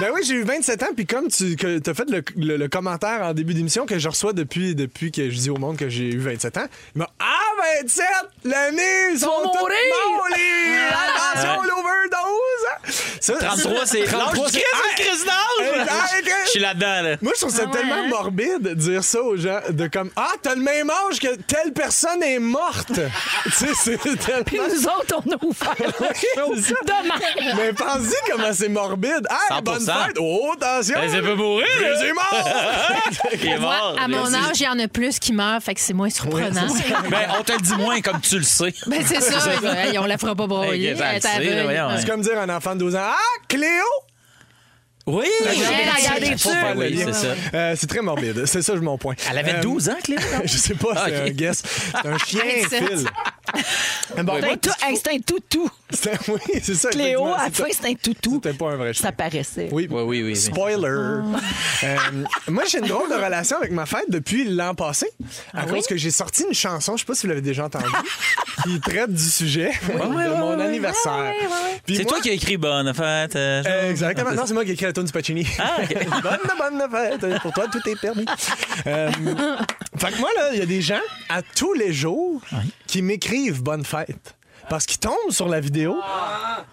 Ben oui, j'ai eu 27 ans, puis comme tu as fait le, le- le commentaire en début d'émission que je reçois depuis, depuis que je dis au monde que j'ai eu 27 ans, il m'a Ah, 27! L'année! Ils sont vont tous mourir! Ah! morts, les- Attention, l'overdose! Ça, 33, c'est l'âge du Christ, Ah, le Christ d'âge! Hey, hey, Je suis là-dedans, là. Moi, je Ah trouve ça tellement hein? morbide de dire ça aux gens, de comme Ah, t'as le même âge que telle personne est morte! tu sais, c'est tellement. Puis nous autres, on a ouvert le show c'est ça. demain. Mais pensez comment c'est morbide. Ah, 100%. bonne fête! Oh, attention! Ben, c'est pas mourir, là. Plus est mort! Il est mort. Moi, à mon âge, il y en a plus qui meurent, fait que c'est moins surprenant. Ben, on te le dit moins comme tu le sais. Ben, c'est ça. Hey, on la fera pas broyer. Hey, ça le Elle est sait, là, aveugle. voyons. hein. Ouais. C'est comme dire à un enfant de 12 ans Ah, Cléo! Oui! Elle a regardé Faut dessus. faire le Oui, lien. c'est ça. Euh, c'est très morbide. C'est ça, mon point. Elle avait Euh, 12 ans, Cléo? non? Je sais pas, c'est Ah, ok. un guess. C'est un chien, Sept. Phil. Bon, C'est moi, un tout- hey, c'est un toutou. c'est- oui, c'est ça. Cléo, effectivement, à la c'est ça. fin, c'est un toutou. C'était pas un vrai chien. Ça paraissait. Oui, Oui, oui, oui. Spoiler. Euh, moi, j'ai une drôle de relation avec ma fête depuis l'an passé, à cause que j'ai sorti une chanson, je sais pas si vous l'avez déjà entendue, qui traite du sujet de mon anniversaire. Puis C'est moi- toi qui as écrit Bonne fête. euh, Euh, Jean. exactement. Non, c'est moi qui ai écrit la tune du Pacini. Ah, bonne, bonne fête. Pour toi, tout est permis. Euh, fait que moi, là, il y a des gens à tous les jours qui m'écrivent bonne fête. Parce qu'ils tombent sur la vidéo,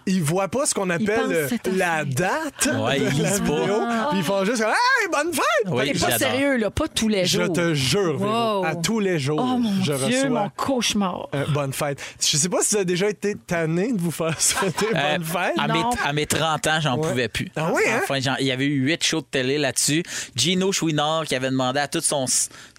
ils voient pas ce qu'on pensent appelle que c'est ta la fête. date Ouais, ils de la lisent pas. vidéo, puis ils font juste comme, Hey, bonne fête! Oui, T'es pas j'adore. sérieux, là, pas tous les Je jours. te jure, Véro, Wow. à tous les jours, Oh mon je Dieu, reçois mon cauchemar. euh, bonne fête. Je sais pas si ça a déjà été tanné de vous faire souhaiter Euh, bonne fête. à, mes, à mes 30 ans, j'en pouvais plus. Ah oui, hein? Enfin, j'en- il y avait eu 8 shows de télé là-dessus. Gino Chouinard qui avait demandé à tout son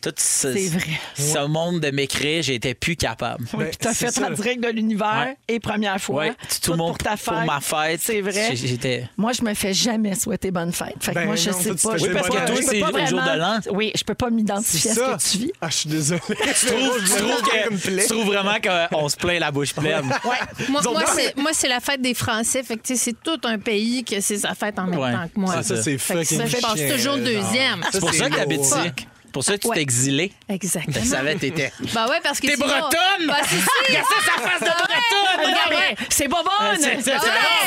tout ce, C'est vrai. ce monde de m'écrire, j'étais plus capable. Oui, Ben, puis t'as c'est fait ça. en direct de l'univers Ouais. et première fois. Ouais, tout le Tout monde pour ta pour fête. ma fête. C'est vrai. J'ai- j'étais- Moi, je me fais jamais souhaiter bonne fête. Fait que Ben moi, je non, sais toi, tu pas. te Je fais peux pas pas- bonne je fête. peux Toi, pas c'est le jour vraiment- de l'an. Oui, je peux pas m'identifier à ce que tu vis. Ah, je suis désolé. Tu trouves- tu trouves que- tu trouves vraiment qu'on se plaint la bouche pleine. Moi, Disons moi, donc. c'est- moi, c'est la fête des Français. Fait que, tu sais, c'est tout un pays que c'est sa fête en même Ouais. temps que moi. Ah, ça, c'est Fait que fucking ça, je passe chien, toujours genre. deuxième. Ça, C'est pour c'est ça que t'habites lourd. ici. pour ça que tu Ouais. t'es exilé. Exactement. Je savais que t'étais. Ben ouais, parce que T'es sinon- bretonne! Ben, c'est Regarde ça, sa face de bretonne! Regarde, Ah ouais. ben, C'est pas bonne! C'est- c'est- c'est- Ouais,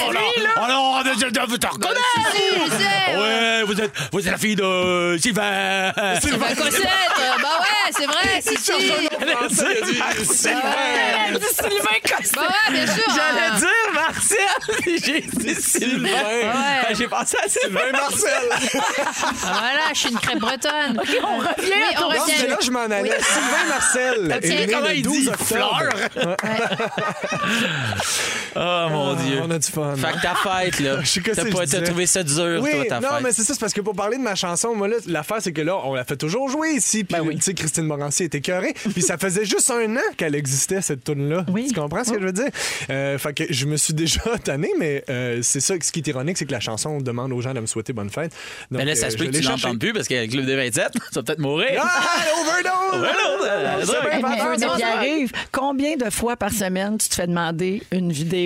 on l'a- on l'a- on a- je- je- vous te reconnais! sûr, je sais. Ouais, vous êtes, vous êtes la fille de Sylvain! Ben, Cossette, euh, ben ouais, c'est vrai, si, si. Sylvain! Sylvain Cossette. Ben ouais, bien sûr. J'allais hein. dire Marcel! puis J'ai dit Sylvain! Ouais. Ben, J'ai pensé à Sylvain Marcel! Ah, Voilà, je suis une crêpe bretonne. On revient Oui, à on ton- Non, mais là, je m'en allais. Sylvain Marcel. Tu sais est né comment le il 12 dit octobre. fleur? Oh mon Ah, dieu! On a du fun. Fait que ta fête, là, Je sais que t'as c'est, pas- je t'as disais. trouvé ça dur, Oui, toi, ta non, fête. mais c'est ça, c'est parce que pour parler de ma chanson, moi, là, l'affaire, c'est que là, on la fait toujours jouer ici. Ben Puis, tu sais, Christine Morancy était écœurée. Puis, ça faisait juste un an qu'elle existait, cette tune-là. Oui. Tu comprends ce que je veux dire? Euh, fait que je me suis déjà tanné, mais euh, c'est ça, ce qui est ironique, c'est que la chanson demande aux gens de me souhaiter bonne fête. Donc, Mais Ben là, ça euh, se je peut que l'ai tu cherché. l'entendes plus parce que le club des 27, tu vas peut-être mourir. Ah, l'overdose! Overdose, euh, C'est bien Hey, pas mais grave, mais Ah, ça. Pierre Yves, combien de fois par semaine tu te fais demander une vidéo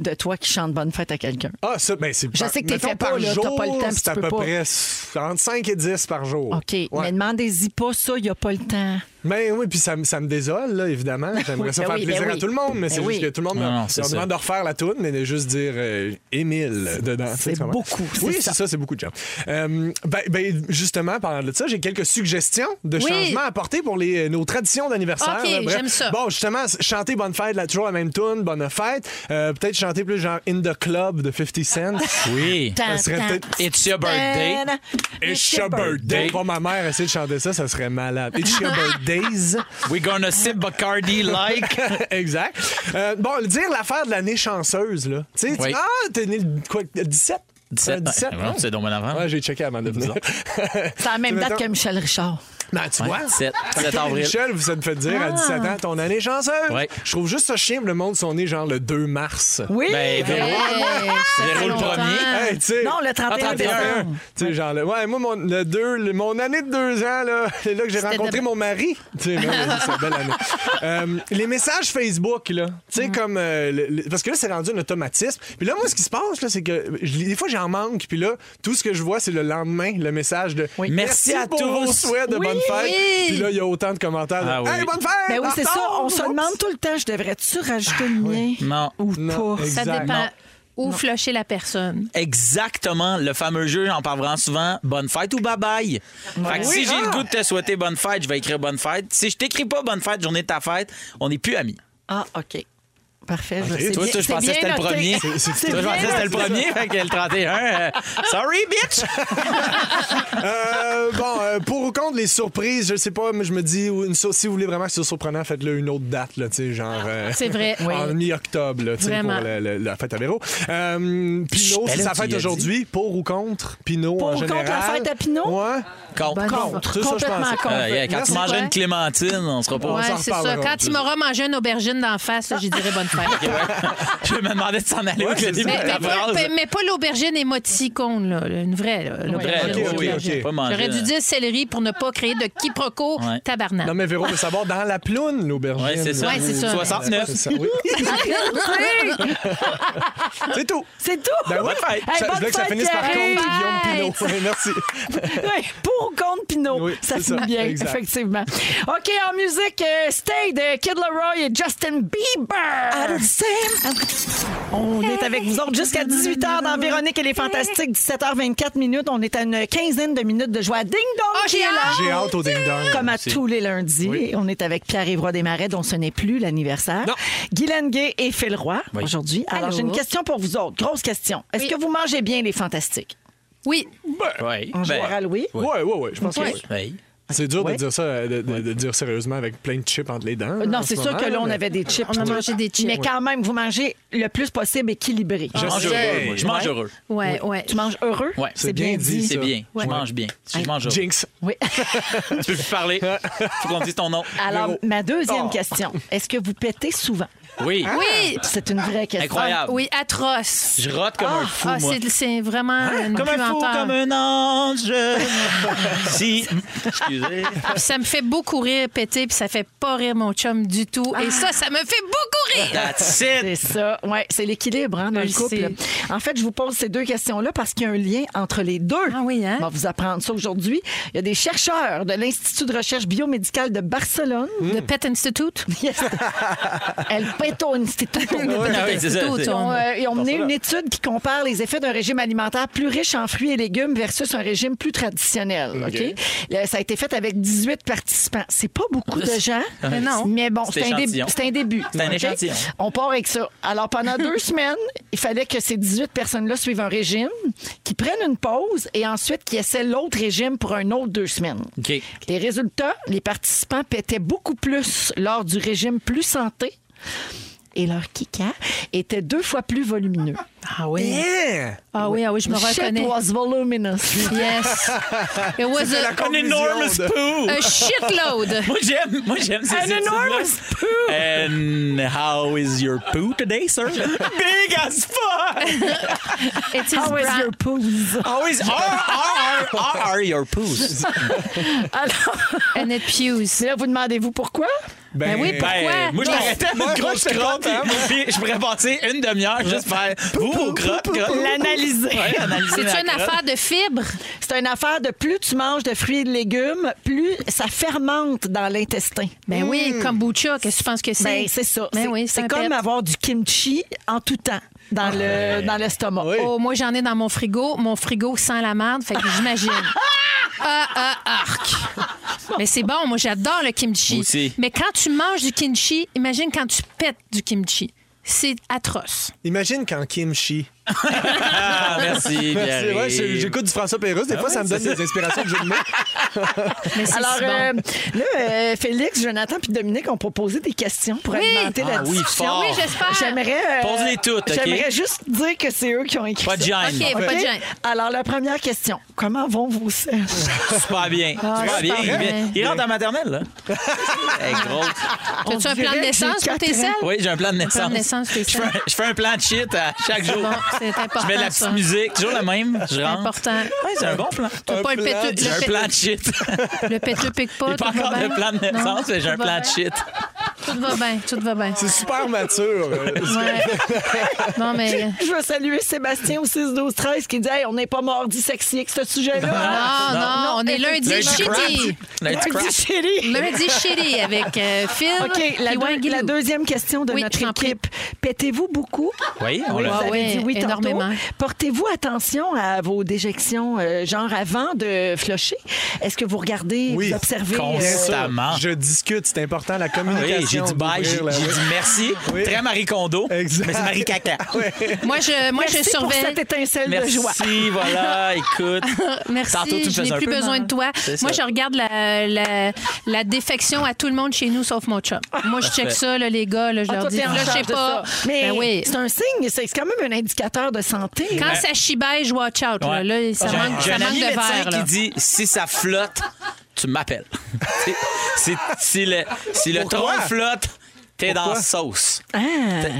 de toi qui chante bonne fête à quelqu'un? Ah, ça, ben c'est Je par- sais que t'es mettons fait pas, par là, t'as jour, pas le temps, puis C'est tu à peux peu pas. près s- entre 5 et 10 par jour. OK, Ouais. mais demandez-y pas ça, il n'y a pas le temps. Ben oui, puis ça, me- ça me désole, là, évidemment. J'aimerais ça ben faire oui, ben plaisir à oui. tout le monde, mais Ben c'est oui. juste que tout le monde Non, non, me c'est leur ça. demande de refaire la toune et de juste dire euh, Émile dedans. tu sais, c'est comment? beaucoup, c'est Oui, ça. c'est ça, c'est beaucoup de gens. Euh, ben, ben, justement, parlant de ça, j'ai quelques suggestions de Oui. changements à apporter pour les, euh, nos traditions d'anniversaire. Ok, là, bref. j'aime ça. Bon, justement, chanter Bonne Fête, là, toujours la même toune, Bonne Fête. Euh, peut-être chanter plus genre In the Club de 50 Cent. Ah, Oui. Ça serait peut-être It's your birthday. It's your birthday. Pour ma mère essayer de chanter ça, ça serait malade. It's your birthdays. We're gonna sip Bacardi like. exact. Euh, bon, dire l'affaire de l'année chanceuse, là. Tu sais, tu- Oui. ah, t'es né le quoi, le 17? 17, Euh, ouais, ouais, c'est hein? donc bien avant. Ouais, j'ai checké avant de venir. C'est à la même date que Ah. Michel Richard. Ben, tu Ouais, vois. 17, Fait que 17 avril. Michel, vous êtes fait dire à 17 ans, ton année chanceuse. Ouais. Je trouve juste ça chiant, le monde sont nés genre le 2 mars. Oui. hein. Ben, Véro, Véro le Eh, longtemps. premier. Hey, tu sais. non, le 31, Ah, 31. décembre. hein? Tu sais, genre, le- ouais, moi, mon, le deux- le- mon année de deux ans, là, c'est là que j'ai C'était rencontré de- mon mari. Tu sais, là, c'est une belle année. Euh, les messages Facebook, là, tu sais, comme. euh, le- le- parce que là, c'est rendu un automatisme. Puis là, moi, ce qui se passe, là, c'est que je- des fois, j'en manque. Puis là, tout ce que je vois, c'est le lendemain, le message de Merci à pour tous. vos souhaits de bonne fête. Puis là, il y a autant de commentaires. de, Ah oui. Hey, bonne fête! Ben oui, en c'est ça. retard! On se Oups! Ah, demande tout le temps, je devrais-tu rajouter le mien Non. ou Non, pas? Ça exact. dépend où flusher la personne. Exactement, le fameux jeu, j'en parle vraiment souvent, bonne fête ou bye bye. Fait que si j'ai le goût de te souhaiter bonne fête, je vais écrire bonne fête. Si je t'écris pas bonne fête, journée de ta fête, on n'est plus amis. Ah, OK. Parfait. je Ok, sais Toi, bien. toi, je C'est pensais que bien c'était le noté. premier. Toi, c'est je bien pensais que c'était le premier, fait que le 31, euh, sorry, bitch! Euh, bon, euh, pour ou contre les surprises, je sais pas, mais je me dis, ou une sur- si vous voulez vraiment que ce soit surprenant, faites-le une autre date, là, tu sais, genre. Ah, euh, C'est vrai. En mi-octobre, là, tu sais, pour Vraiment. le- le- la fête à Véro. Euh, Pinot, ben c'est là, sa tu fête l'as aujourd'hui. Pour ou contre Pinot Pour en ou contre général? la fête à Pinot? Ouais. Contre. Bonne Contre. C'est ça, je Complètement pensais. contre. Euh, yeah, quand Merci, tu mangerais ouais. une clémentine, on sera pas... Ouais, s'en c'est ça. reparlera, Quand tu je- m'auras mangé une aubergine d'en face, là, je dirais eh, bonne fête. Je me demandais de s'en aller Ouais, au c'est début ça. de Mais, mais ta pas, phrase. mais- mais pas l'aubergine émoticône, là, là, une vraie. là, Bref, l'aubergine ok, oui, ok, oui, ok. pas manger, J'aurais dû hein. dire céleri pour ne pas créer de quiproquo Ouais. tabarnak. Non, mais Véro veut savoir dans la ploune, l'aubergine. Ouais, c'est ça. Ouais, c'est ça. 69. C'est ça, oui. c'est tout. C'est tout. Ben ouais. Bonne fête. Hey, Ça- bonne je voulais que ça fête, finisse par contre Pierre. Guillaume Pinot. Ouais, Merci. Ouais, pour ou contre Pinot. Oui, ça c'est finit ça, bien, exact. effectivement. OK, en musique, euh, Stay de Kid Leroy et Justin Bieber. On est avec vous autres jusqu'à 18h dans Véronique et les Fantastiques, 17h24 minutes. On est à une quinzaine de minutes de joie. Ding dong Ah, qui est là. J'ai hâte au ding-dong. Comme à tous les lundis, on est avec Pierre-Yves Roy Desmarais, dont ce n'est plus l'anniversaire. Guylaine Gay et Phil Roy aujourd'hui. Alors, Allô. j'ai une question pour vous autres. Grosse question. Est-ce Oui. que vous mangez bien les fantastiques? Oui, Ouais, En ben, général, oui. Oui, oui, oui. Je pense que Ouais. oui. ouais. C'est dur Ouais. Euh, de dire ça, euh, de, de- de dire sérieusement avec plein de chips entre les dents. Non, c'est sûr que là, on avait des chips. on a mangé des chips. Mais quand même, vous mangez le plus possible équilibré. Je mange sais. heureux, moi. Je mange Ouais. heureux. Ouais, ouais. Tu manges heureux? Ouais. C'est bien dit. C'est ça. bien. Ouais. Je mange bien. Je mange heureux. Jinx. Oui. Tu peux plus parler. Faut qu'on dise ton nom. Alors, Numéro. ma Oh. deuxième question. Est-ce que vous pétez souvent? Oui. Oui, C'est une vraie question. Incroyable. oui, atroce. Je rote comme un fou, Ah, moi. Hein? c'est- c'est vraiment une Comme un fou, puanteur. comme un ange. si. Excusez. Puis Ah, ça me fait beaucoup rire péter, puis ça fait pas rire mon chum du tout. Ah. Et ça, ça me fait beaucoup rire. That's C'est it. ça, ouais, c'est l'équilibre hein, dans Je le couple. En fait, je vous pose ces deux questions-là parce qu'il y a un lien entre les deux. Ah oui, hein? On va vous apprendre ça aujourd'hui. Il y a des chercheurs de l'Institut de recherche biomédicale de Barcelone. Mm. Le Pet Institute. Yes. El Peto Institute. Ah oui, c'est ça, Institute, c'est- Ils ont, on- euh, ils ont mené une étude qui compare les effets d'un régime alimentaire plus riche en fruits et légumes versus un régime plus traditionnel. OK? Là, Ça a été fait avec 18 participants. C'est pas beaucoup de gens. Mais non. Mais bon, Ah C'est c'est un, dé- échantillon. c'est un début. C'est un OK? échantillon. On part avec ça. Alors, pendant deux semaines, il fallait que ces 18 personnes-là suivent un régime, qu'ils prennent une pause et ensuite qu'ils essaient l'autre régime pour un autre deux semaines. OK. Les résultats, les participants pétaient beaucoup plus lors du régime plus santé et leur kika était deux fois plus volumineux. Ah oui. Yeah! Ah oui, ah oui, je me Shit reconnais. was voluminous. Yes. It was a, An enormous de- poo. a shitload. Moi, j'aime. Moi, j'aime ces An études-là. enormous poo. And how is your poo today, sir? Big as fuck. It is Ah How is brown. your poos? How is... Are, are, are, are your poos? Alors, And it pews. c'est là, vous demandez-vous pourquoi? Ben oui, pourquoi? moi, je Non. m'arrêtais à Moi, une grosse moi, je crotte, capote, hein, puis je pourrais passer une demi-heure juste faire vous, crotte, crotte. L'analyser. Ouais, analyser C'est-tu la une crotte. affaire de fibres? C'est une affaire de plus tu manges de fruits et de légumes, plus ça fermente dans l'intestin. Ben oui, Mm. kombucha, qu'est-ce que tu penses que c'est? Ben, c'est ça. Ben C'est- oui, c'est un comme pep. avoir du kimchi en tout temps dans le dans l'estomac. Oh, moi, j'en ai dans mon frigo. Mon frigo sent la merde, fait que j'imagine. Ah, ah, arc. Mais c'est bon, moi, j'adore le kimchi. Moi aussi. Mais quand tu manges du kimchi, imagine quand tu pètes du kimchi. C'est atroce. Imagine quand Kim chie. Ah, merci, Merci, ouais, j'ai- Pierre. J'écoute du François Pérusse. Des fois, ça me donne des inspirations de jeux de mots. Mais c'est Alors, si bon. euh, là, euh, Félix, Jonathan puis Dominique ont proposé des questions pour alimenter la Ah oui, discussion. fort. Oui, j'espère. J'aimerais. euh, Pose-les toutes, OK? J'aimerais juste dire que c'est eux qui ont écrit Pas de ça. gêne. OK, pas de OK? gêne. Alors, la première question. Comment vont vos sèches? Super bien. Ah, Super bien. Il, vient- il rentre en maternelle, là. Hey, grosse. As-tu on un plan dirait de que naissance j'ai pour tes quatre selles? ans. Oui, j'ai un plan de naissance. plan de naissance, c'est je, fais ça. un, je fais un plan de shit à chaque C'est jour. bon, c'est important. je mets la petite ça. musique, toujours la même. Je rentre. important. Ouais, c'est un bon plan. T'as pas le péteux. J'ai un le plan de shit. pé- Le péteux pique pas. J'ai pas tout va encore bien? de plan de Non, naissance, mais j'ai tout un va plan de bien. shit. Tout va bien, tout va bien. C'est super mature. Ouais. Non, mais. Je veux saluer Sébastien au 6 12 13 qui dit Hey, on n'est pas mordi sexy avec ce sujet-là. Non, non, on est lundi Lundi shitty. Let's Lundi, crap. chérie. Lundi shitty avec euh, Phil. OK, la, puis deux- Wangilou. la deuxième question de Oui, notre je t'en prie. équipe. Pétez-vous beaucoup? Oui, on Ah Oui, l'a. vous avez ouais, dit oui tantôt. énormément. Portez-vous attention à vos déjections, euh, genre avant de flusher. Est-ce que vous regardez, Oui, vous observez? constamment. euh, Constamment. Je discute, c'est important, la communication. Oui, j'ai dit bye, j'ai d'ouvrir la- j'ai dit merci. Oui. Très Marie Kondo. Exact. Mais c'est Marie Caca. Moi, je, moi, merci je pour surveille. Ah, cette étincelle de joie. Merci, voilà, écoute. Merci, Tantôt, tu me je faisais n'ai un plus peu besoin mal. de toi. C'est Moi, je ça. regarde la, la, la défection à tout le monde chez nous, sauf mon chum. Moi, je check ça, là, les gars. là, je Ah, leur toi, dis, t'es en là, je sais charge de pas. ça. Mais Mais Ben oui. c'est un signe, c'est c'est quand même un indicateur de santé. Quand ça chibaille, je watch out. là. Ouais. Là, ça J'ai- manque, J'ai ça un manque ami de médecin verre. qui là. dit si ça flotte, tu m'appelles. C'est- c'est- si le, si le Pourquoi? tronc flotte, t'es dans la sauce. Hein?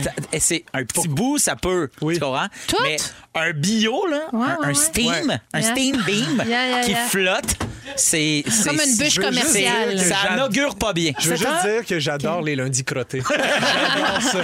T'as- t'as- et C'est un petit bout, ça peut. Oui. Tu comprends? Euh. Tout? Mais un bio, là, Ouais, un, ouais, un ouais. steam, Ouais. un Yeah. steam beam Yeah, yeah, qui yeah. flotte, c'est. c'est- Comme une bûche je veux juste dire commerciale. que Ça j'ad- n'augure pas bien. Je veux juste dire que j'adore les lundis crottés. J'adore ça.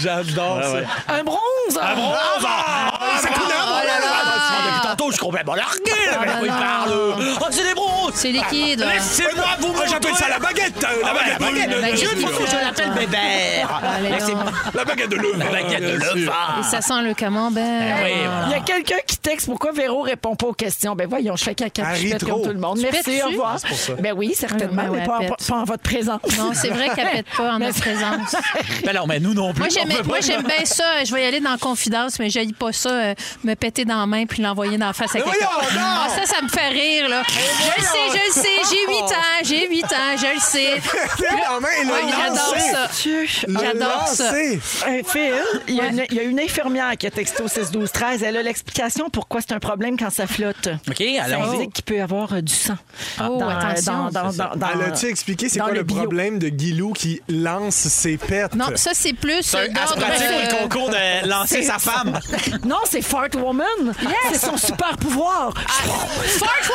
J'adore ça. Un bronze! Ah bon, ah bon, ah, bah, ça coule un bon, bah, là, là, là. Ah, depuis Tantôt, je suis complètement largué. là, mais Ah, bah, oui, non. parle. Oh, c'est des bronzes. C'est liquide. là. Laissez-moi vous Ah, Ah, J'appelle ça la baguette! euh, La baguette, baguette brune. La baguette Je ne qui faut que je flotte, l'appelle hein. Bébert. Allez, Laissez-moi La baguette de l'œuf! la baguette de l'œuf. Et ça sent le camembert. Ah, oui, Il y voilà. a quelqu'un qui texte pourquoi Véro répond pas aux questions. Ben voyons, je fais caca, Elle je rit pète trop. comme tout le monde. Merci, pètes-tu? au revoir. Ben oui, certainement, Ouais, ouais, mais pas en, elle pète. pas en votre présence. Non, c'est vrai qu'elle pète pas en Mais- notre présence. Ben non, mais nous non plus. Moi, on j'aime, peut pas- moi, j'aime bien ça. Je vais y aller dans confidence, mais je pas ça, euh, me péter dans la main puis l'envoyer dans la face à Mais quelqu'un. voyons donc! Ah, ça, ça me fait rire, là. Je le sais, je le sais. J'ai 8 ans, j'ai 8 ans, je le sais. la main et le Oui, Ah, j'adore lancer. ça. Dieu, Le J'adore ça. lancer. Hey, Phil, il y, a une, il y a une infirmière qui a texté au 6-12-13. Elle a l'explication pourquoi c'est un problème quand ça flotte. OK, Ça allons-y. indique qu'il peut y avoir euh, du sang. Oh, attention. Elle a-tu expliqué c'est dans quoi le le, bio. problème de Guilou qui lance ses pertes? Non, ça, c'est plus. Elle d'ordre, se pratique euh, le concours de lancer sa femme. Non, c'est Fart Woman. C'est son super pouvoir. Fart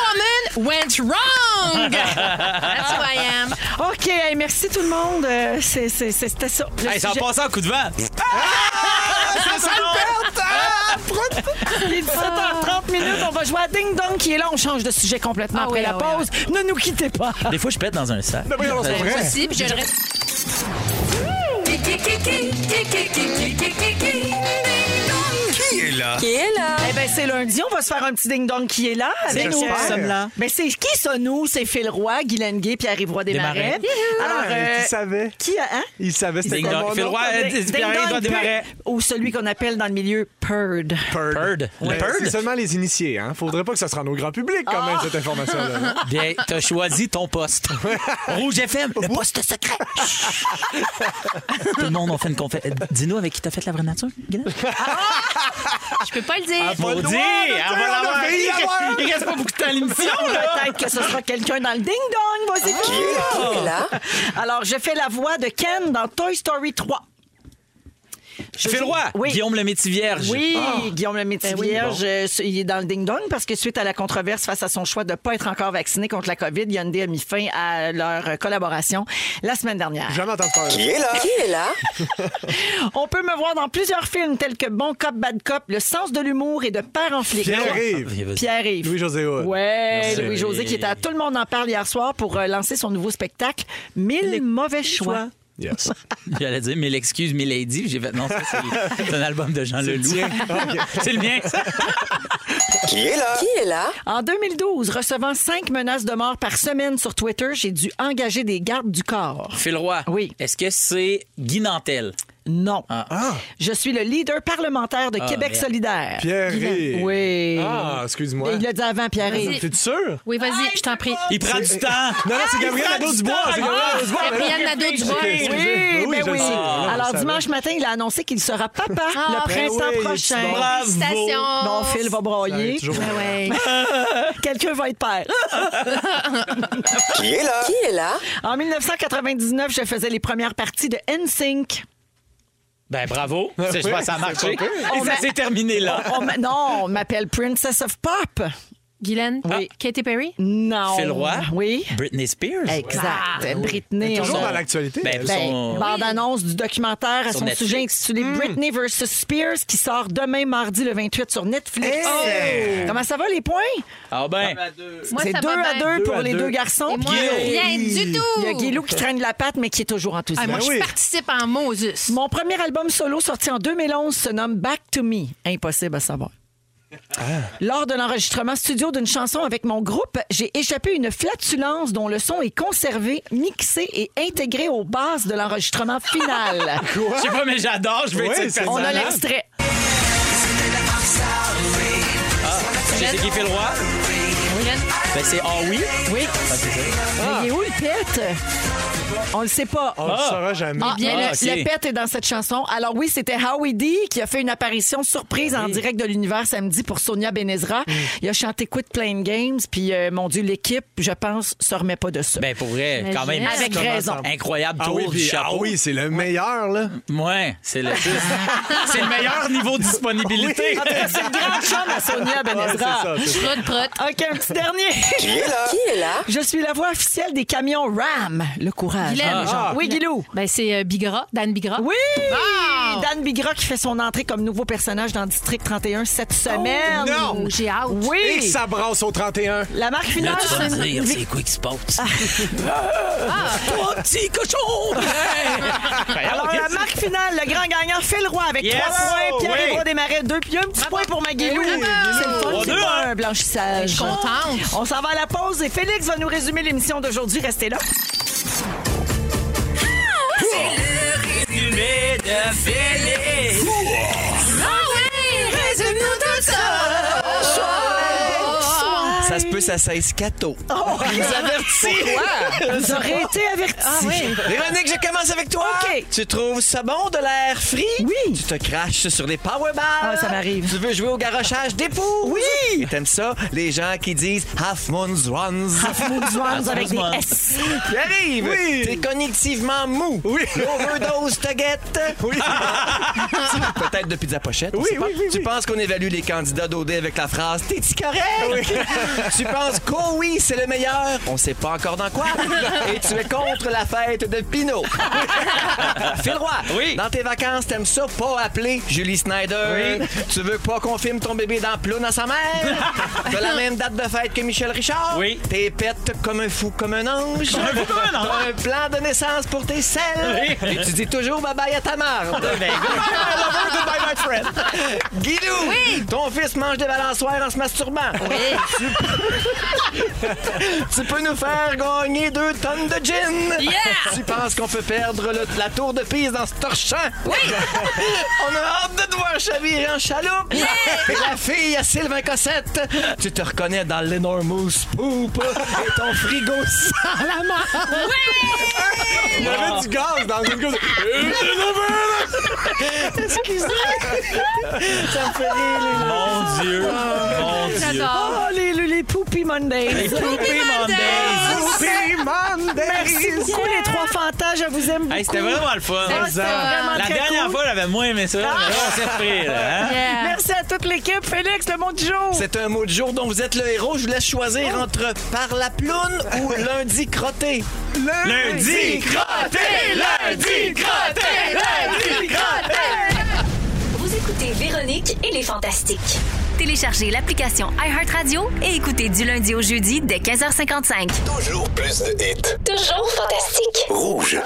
woman went wrong! That's who I am. OK, hey, merci tout le monde. Euh, c'est- c'est- c'est- C'était ça. le Hey, ça en sujet. passe un coup de vent. Ah! Il est 17h30 minutes. On va jouer à Ding Dong qui est là. On change de sujet complètement Ah après oui, la ah oui, pause. Ne nous quittez pas. Des fois, je pète dans un sac. voyons, c'est vrai. Possible, je le reste. Eh bien, c'est lundi. On va se faire un petit Ding Dong qui est là. Avec nous euh, qui sommes là. Ben, c'est qui ça, nous? C'est Phil Roy, Guylaine Gay, Pierre-Yves Desmarais. Desmarais. Ah, Alors, euh, Qui savait? qui a... Hein? Il savait c'était Ding quoi dong. mon Phil nom? Roy, euh, Ding Pierre-Yves Dong Desmarais. Purd, Ou celui qu'on appelle dans le milieu Purd. Bird. Le Mais C'est bird. seulement les initiés, hein? Faudrait pas que ça se rende au grand public, quand Ah. même, cette information-là. Bien, t'as choisi ton poste. Rouge FM, le poste secret. Tout le monde, on fait une conférence. Dis-nous avec qui t'as fait la vraie nature, Guylaine? Ah, Je peux pas le dire. Maudit! droit de dire, on va on a l'avoir. failli l'avoir. Il reste pas beaucoup de temps à l'émission, là! Ah! Peut-être que ce sera quelqu'un dans le Ding Dong. Voici qui est là. Alors, je fais la voix de Ken dans Toy Story 3. Je fais le roi. Guillaume le Ah, Métivierge. Oui, Guillaume le Eh Métivierge, euh, ce- il est dans le ding-dong parce que suite à la controverse face à son choix de ne pas être encore vacciné contre la COVID, Hyundai a mis fin à leur euh, collaboration la semaine dernière. Jamais entendu parler. Qui est là? Qui est là? On peut me voir dans plusieurs films tels que Bon Cop, Bad Cop, Le sens de l'humour et de Père en flic. Ah, Pierre-Yves. Pierre-Yves. Louis-José Hood. Ouais, Merci. Louis-José qui était à Tout le monde en parle hier soir pour euh, lancer son nouveau spectacle Mille mauvais choix. Yes. J'allais dire mille excuses, mille lady. J'ai fait non, ça, c'est c'est un album de Jean Leloup. tien. C'est le mien. ça. Qui est là? En 2012, recevant cinq menaces de mort par semaine sur Twitter, j'ai dû engager des gardes du corps. Phil Roy. Oui. Est-ce que c'est Guy Nantel? Non. Ah. Je suis le leader parlementaire de Ah, Québec merde. solidaire. Pierre-Yves. Oui. Ah, excuse-moi. Il l'a dit avant, Pierre-Yves. T'es-tu sûr? Oui, vas-y, je t'en prie. Il prend du temps. Non, Ah, non, c'est Gabriel Nadeau-Dubois. C'est Gabriel Nadeau-Dubois. mais là- Gabriel Nadeau-Dubois. Ok, Oui, excusez. ben oui. je le sais. Ah, Alors, je le dimanche matin, il a annoncé qu'il sera papa Ah, le ben printemps oui, Ah. prochain. Bravo. Félicitations. Mon fil va broyer. savais. Toujours. Ben ouais. Quelqu'un va être père. Qui est là? Qui est là? En 1999, je faisais les premières parties de NSYNC. Ben bravo. C'est- Je Oui, pense que ça a c'est marché. pas Et ça s'est terminé là. On m'a- non, on m'appelle Princess of Pop. Guylaine? Oui. Katy Perry? Non. Phil Roy. Oui. Britney Spears. Exact. Britney. Ah, Toujours on a- dans l'actualité. Ben, elle. Ben, Son- Bande-annonce du documentaire à Sur son Netflix. sujet intitulé Hmm. Britney vs. Spears qui sort demain, mardi le 28 sur Netflix. Oh! Comment ça va les points? Ah ben. Moi, C'est ça deux va à bien. deux pour à les deux. deux garçons. Et moi, euh, Puis, rien du Il y a tout. Guilou qui traîne la patte, mais qui est toujours Ah, enthousiaste. moi, Ben je oui. participe en Moses. Mon premier album solo sorti en 2011 se nomme Back to Me. Impossible à savoir. Lors de l'enregistrement studio d'une chanson avec mon groupe, j'ai échappé une flatulence dont le son est conservé, mixé et intégré aux bases de l'enregistrement final. Je sais pas, mais j'adore. Je veux Oui, être cette c'est On a personne-là. l'extrait. Je sais qui fait le roi. Ben c'est Ah oui. Oui. Ah, c'est ça. Mais il est où le pet? On le sait pas. On ne saura jamais. Ah, bien, Ah, le, ok. le pet est dans cette chanson. Alors oui, c'était Howie D qui a fait une apparition surprise en direct de l'univers samedi pour Sonia Benezra. Il a chanté Quit Playing Games, puis euh, mon Dieu, l'équipe, je pense, se remet pas de ça. Ben pour vrai, quand même. Avec raison. Incroyable Ah tour oui, du puis- ah chapeau. oui, c'est le meilleur, là. Ouais, c'est le c'est le meilleur niveau de disponibilité. En tout cas, c'est une grande chambre à Sonia Ah, c'est Benezra. ça, c'est ça. Prod, prod. OK, un petit dernier. Qui est là? Je suis la voix officielle des camions RAM. Le courage. Guylaine. hein, les gens. Ah. Oui, Guilou. Ben, c'est euh, Bigra, Dan Bigra. Oui! Dan Bigra qui fait son entrée comme nouveau personnage dans District 31 cette semaine. non! Oh, J'ai hâte. Et Oui! ça brasse au 31. La marque finale, c'est une vic- quoi qui se Ah, passe? Oh, petit cochon! Ben, Alors, la marque finale, le grand gagnant, Phil Roy avec Yes! Oh, trois points, Pierre Oui. Édouard Desmarais, deux, puis un petit point pour Maguilou. C'est le fun, Trois, c'est deux, pas hein? un blanchissage. Ben, Je suis contente. On s'en va à la pause et Félix va nous résumer l'émission d'aujourd'hui. Restez là. Résumé de Félix! Ça se peut, ça cesse cato. Oh, Vous aurez été avertis. Ah Véronique, je commence avec toi. OK. Tu trouves ça bon de l'air frit? Oui. Tu te craches sur les powerballs. Ah, ça m'arrive. Tu veux jouer au garochage d'époux? Oui. Et t'aimes ça? Les gens qui disent Half Moon's Runs. Half Ah, Moon Swans avec des S. Tu arrives. Oui. T'es cognitivement mou. Oui. L'overdose te guette. Oui. Peut-être de pizza pochette. on Oui, sait pas. oui, oui, Tu oui. penses qu'on évalue les candidats d'OD avec la phrase T'es-tu correct? tu penses qu'au oui, c'est le meilleur. On sait pas encore dans quoi. Et tu es contre la fête de Pinot. Phil Roy, Oui. dans tes vacances, t'aimes ça pas appeler Julie Snyder. Tu veux pas qu'on filme ton bébé dans Ploune à sa mère. T'as la même date de fête que Michel Richard. Oui. T'es pète comme un fou, comme un ange. un fou, comme un ange. T'as un plan de naissance pour tes selles. Oui. Ah, Et tu dis toujours bye-bye à ta marde. Goodbye, my friend! Guidou! Ton fils mange des balançoires en se masturbant. tu... tu peux nous faire gagner deux tonnes de gin. Tu penses qu'on peut perdre le- la tour de Pise dans ce torchon? Oui! On a hâte de te voir chavirer en chaloupe. Et la fille à Sylvain Cossette. Tu te reconnais dans l'Enormous Poop et ton frigo sans la main. Il y avait du gaz dans une gousse. Excusez. Ça me fait rire, les Mon Dieu. Mon Dieu. Oh, les, les, les Poopy Mondays. Les Poopy Mondays. Poopy Mondays. Merci beaucoup, les trois fantas. Je vous aime beaucoup. Hey, C'était vraiment le fun. Ça, c'était vraiment La très dernière cool. Ah! fois, j'avais moins aimé ça. mais là, on s'est repris, là, hein? Yeah. Merci à toute l'équipe. Félix, le mot du jour. C'est un mot de jour dont vous êtes le héros. Je vous laisse choisir Oh. entre par la ploune ou lundi crotté. Lundi, crotté, lundi, crotté, lundi, crotté. Vous écoutez Véronique et les Fantastiques. Téléchargez l'application iHeartRadio et écoutez du lundi au jeudi dès 15h55. Toujours plus de hits. Toujours fantastique. Rouge.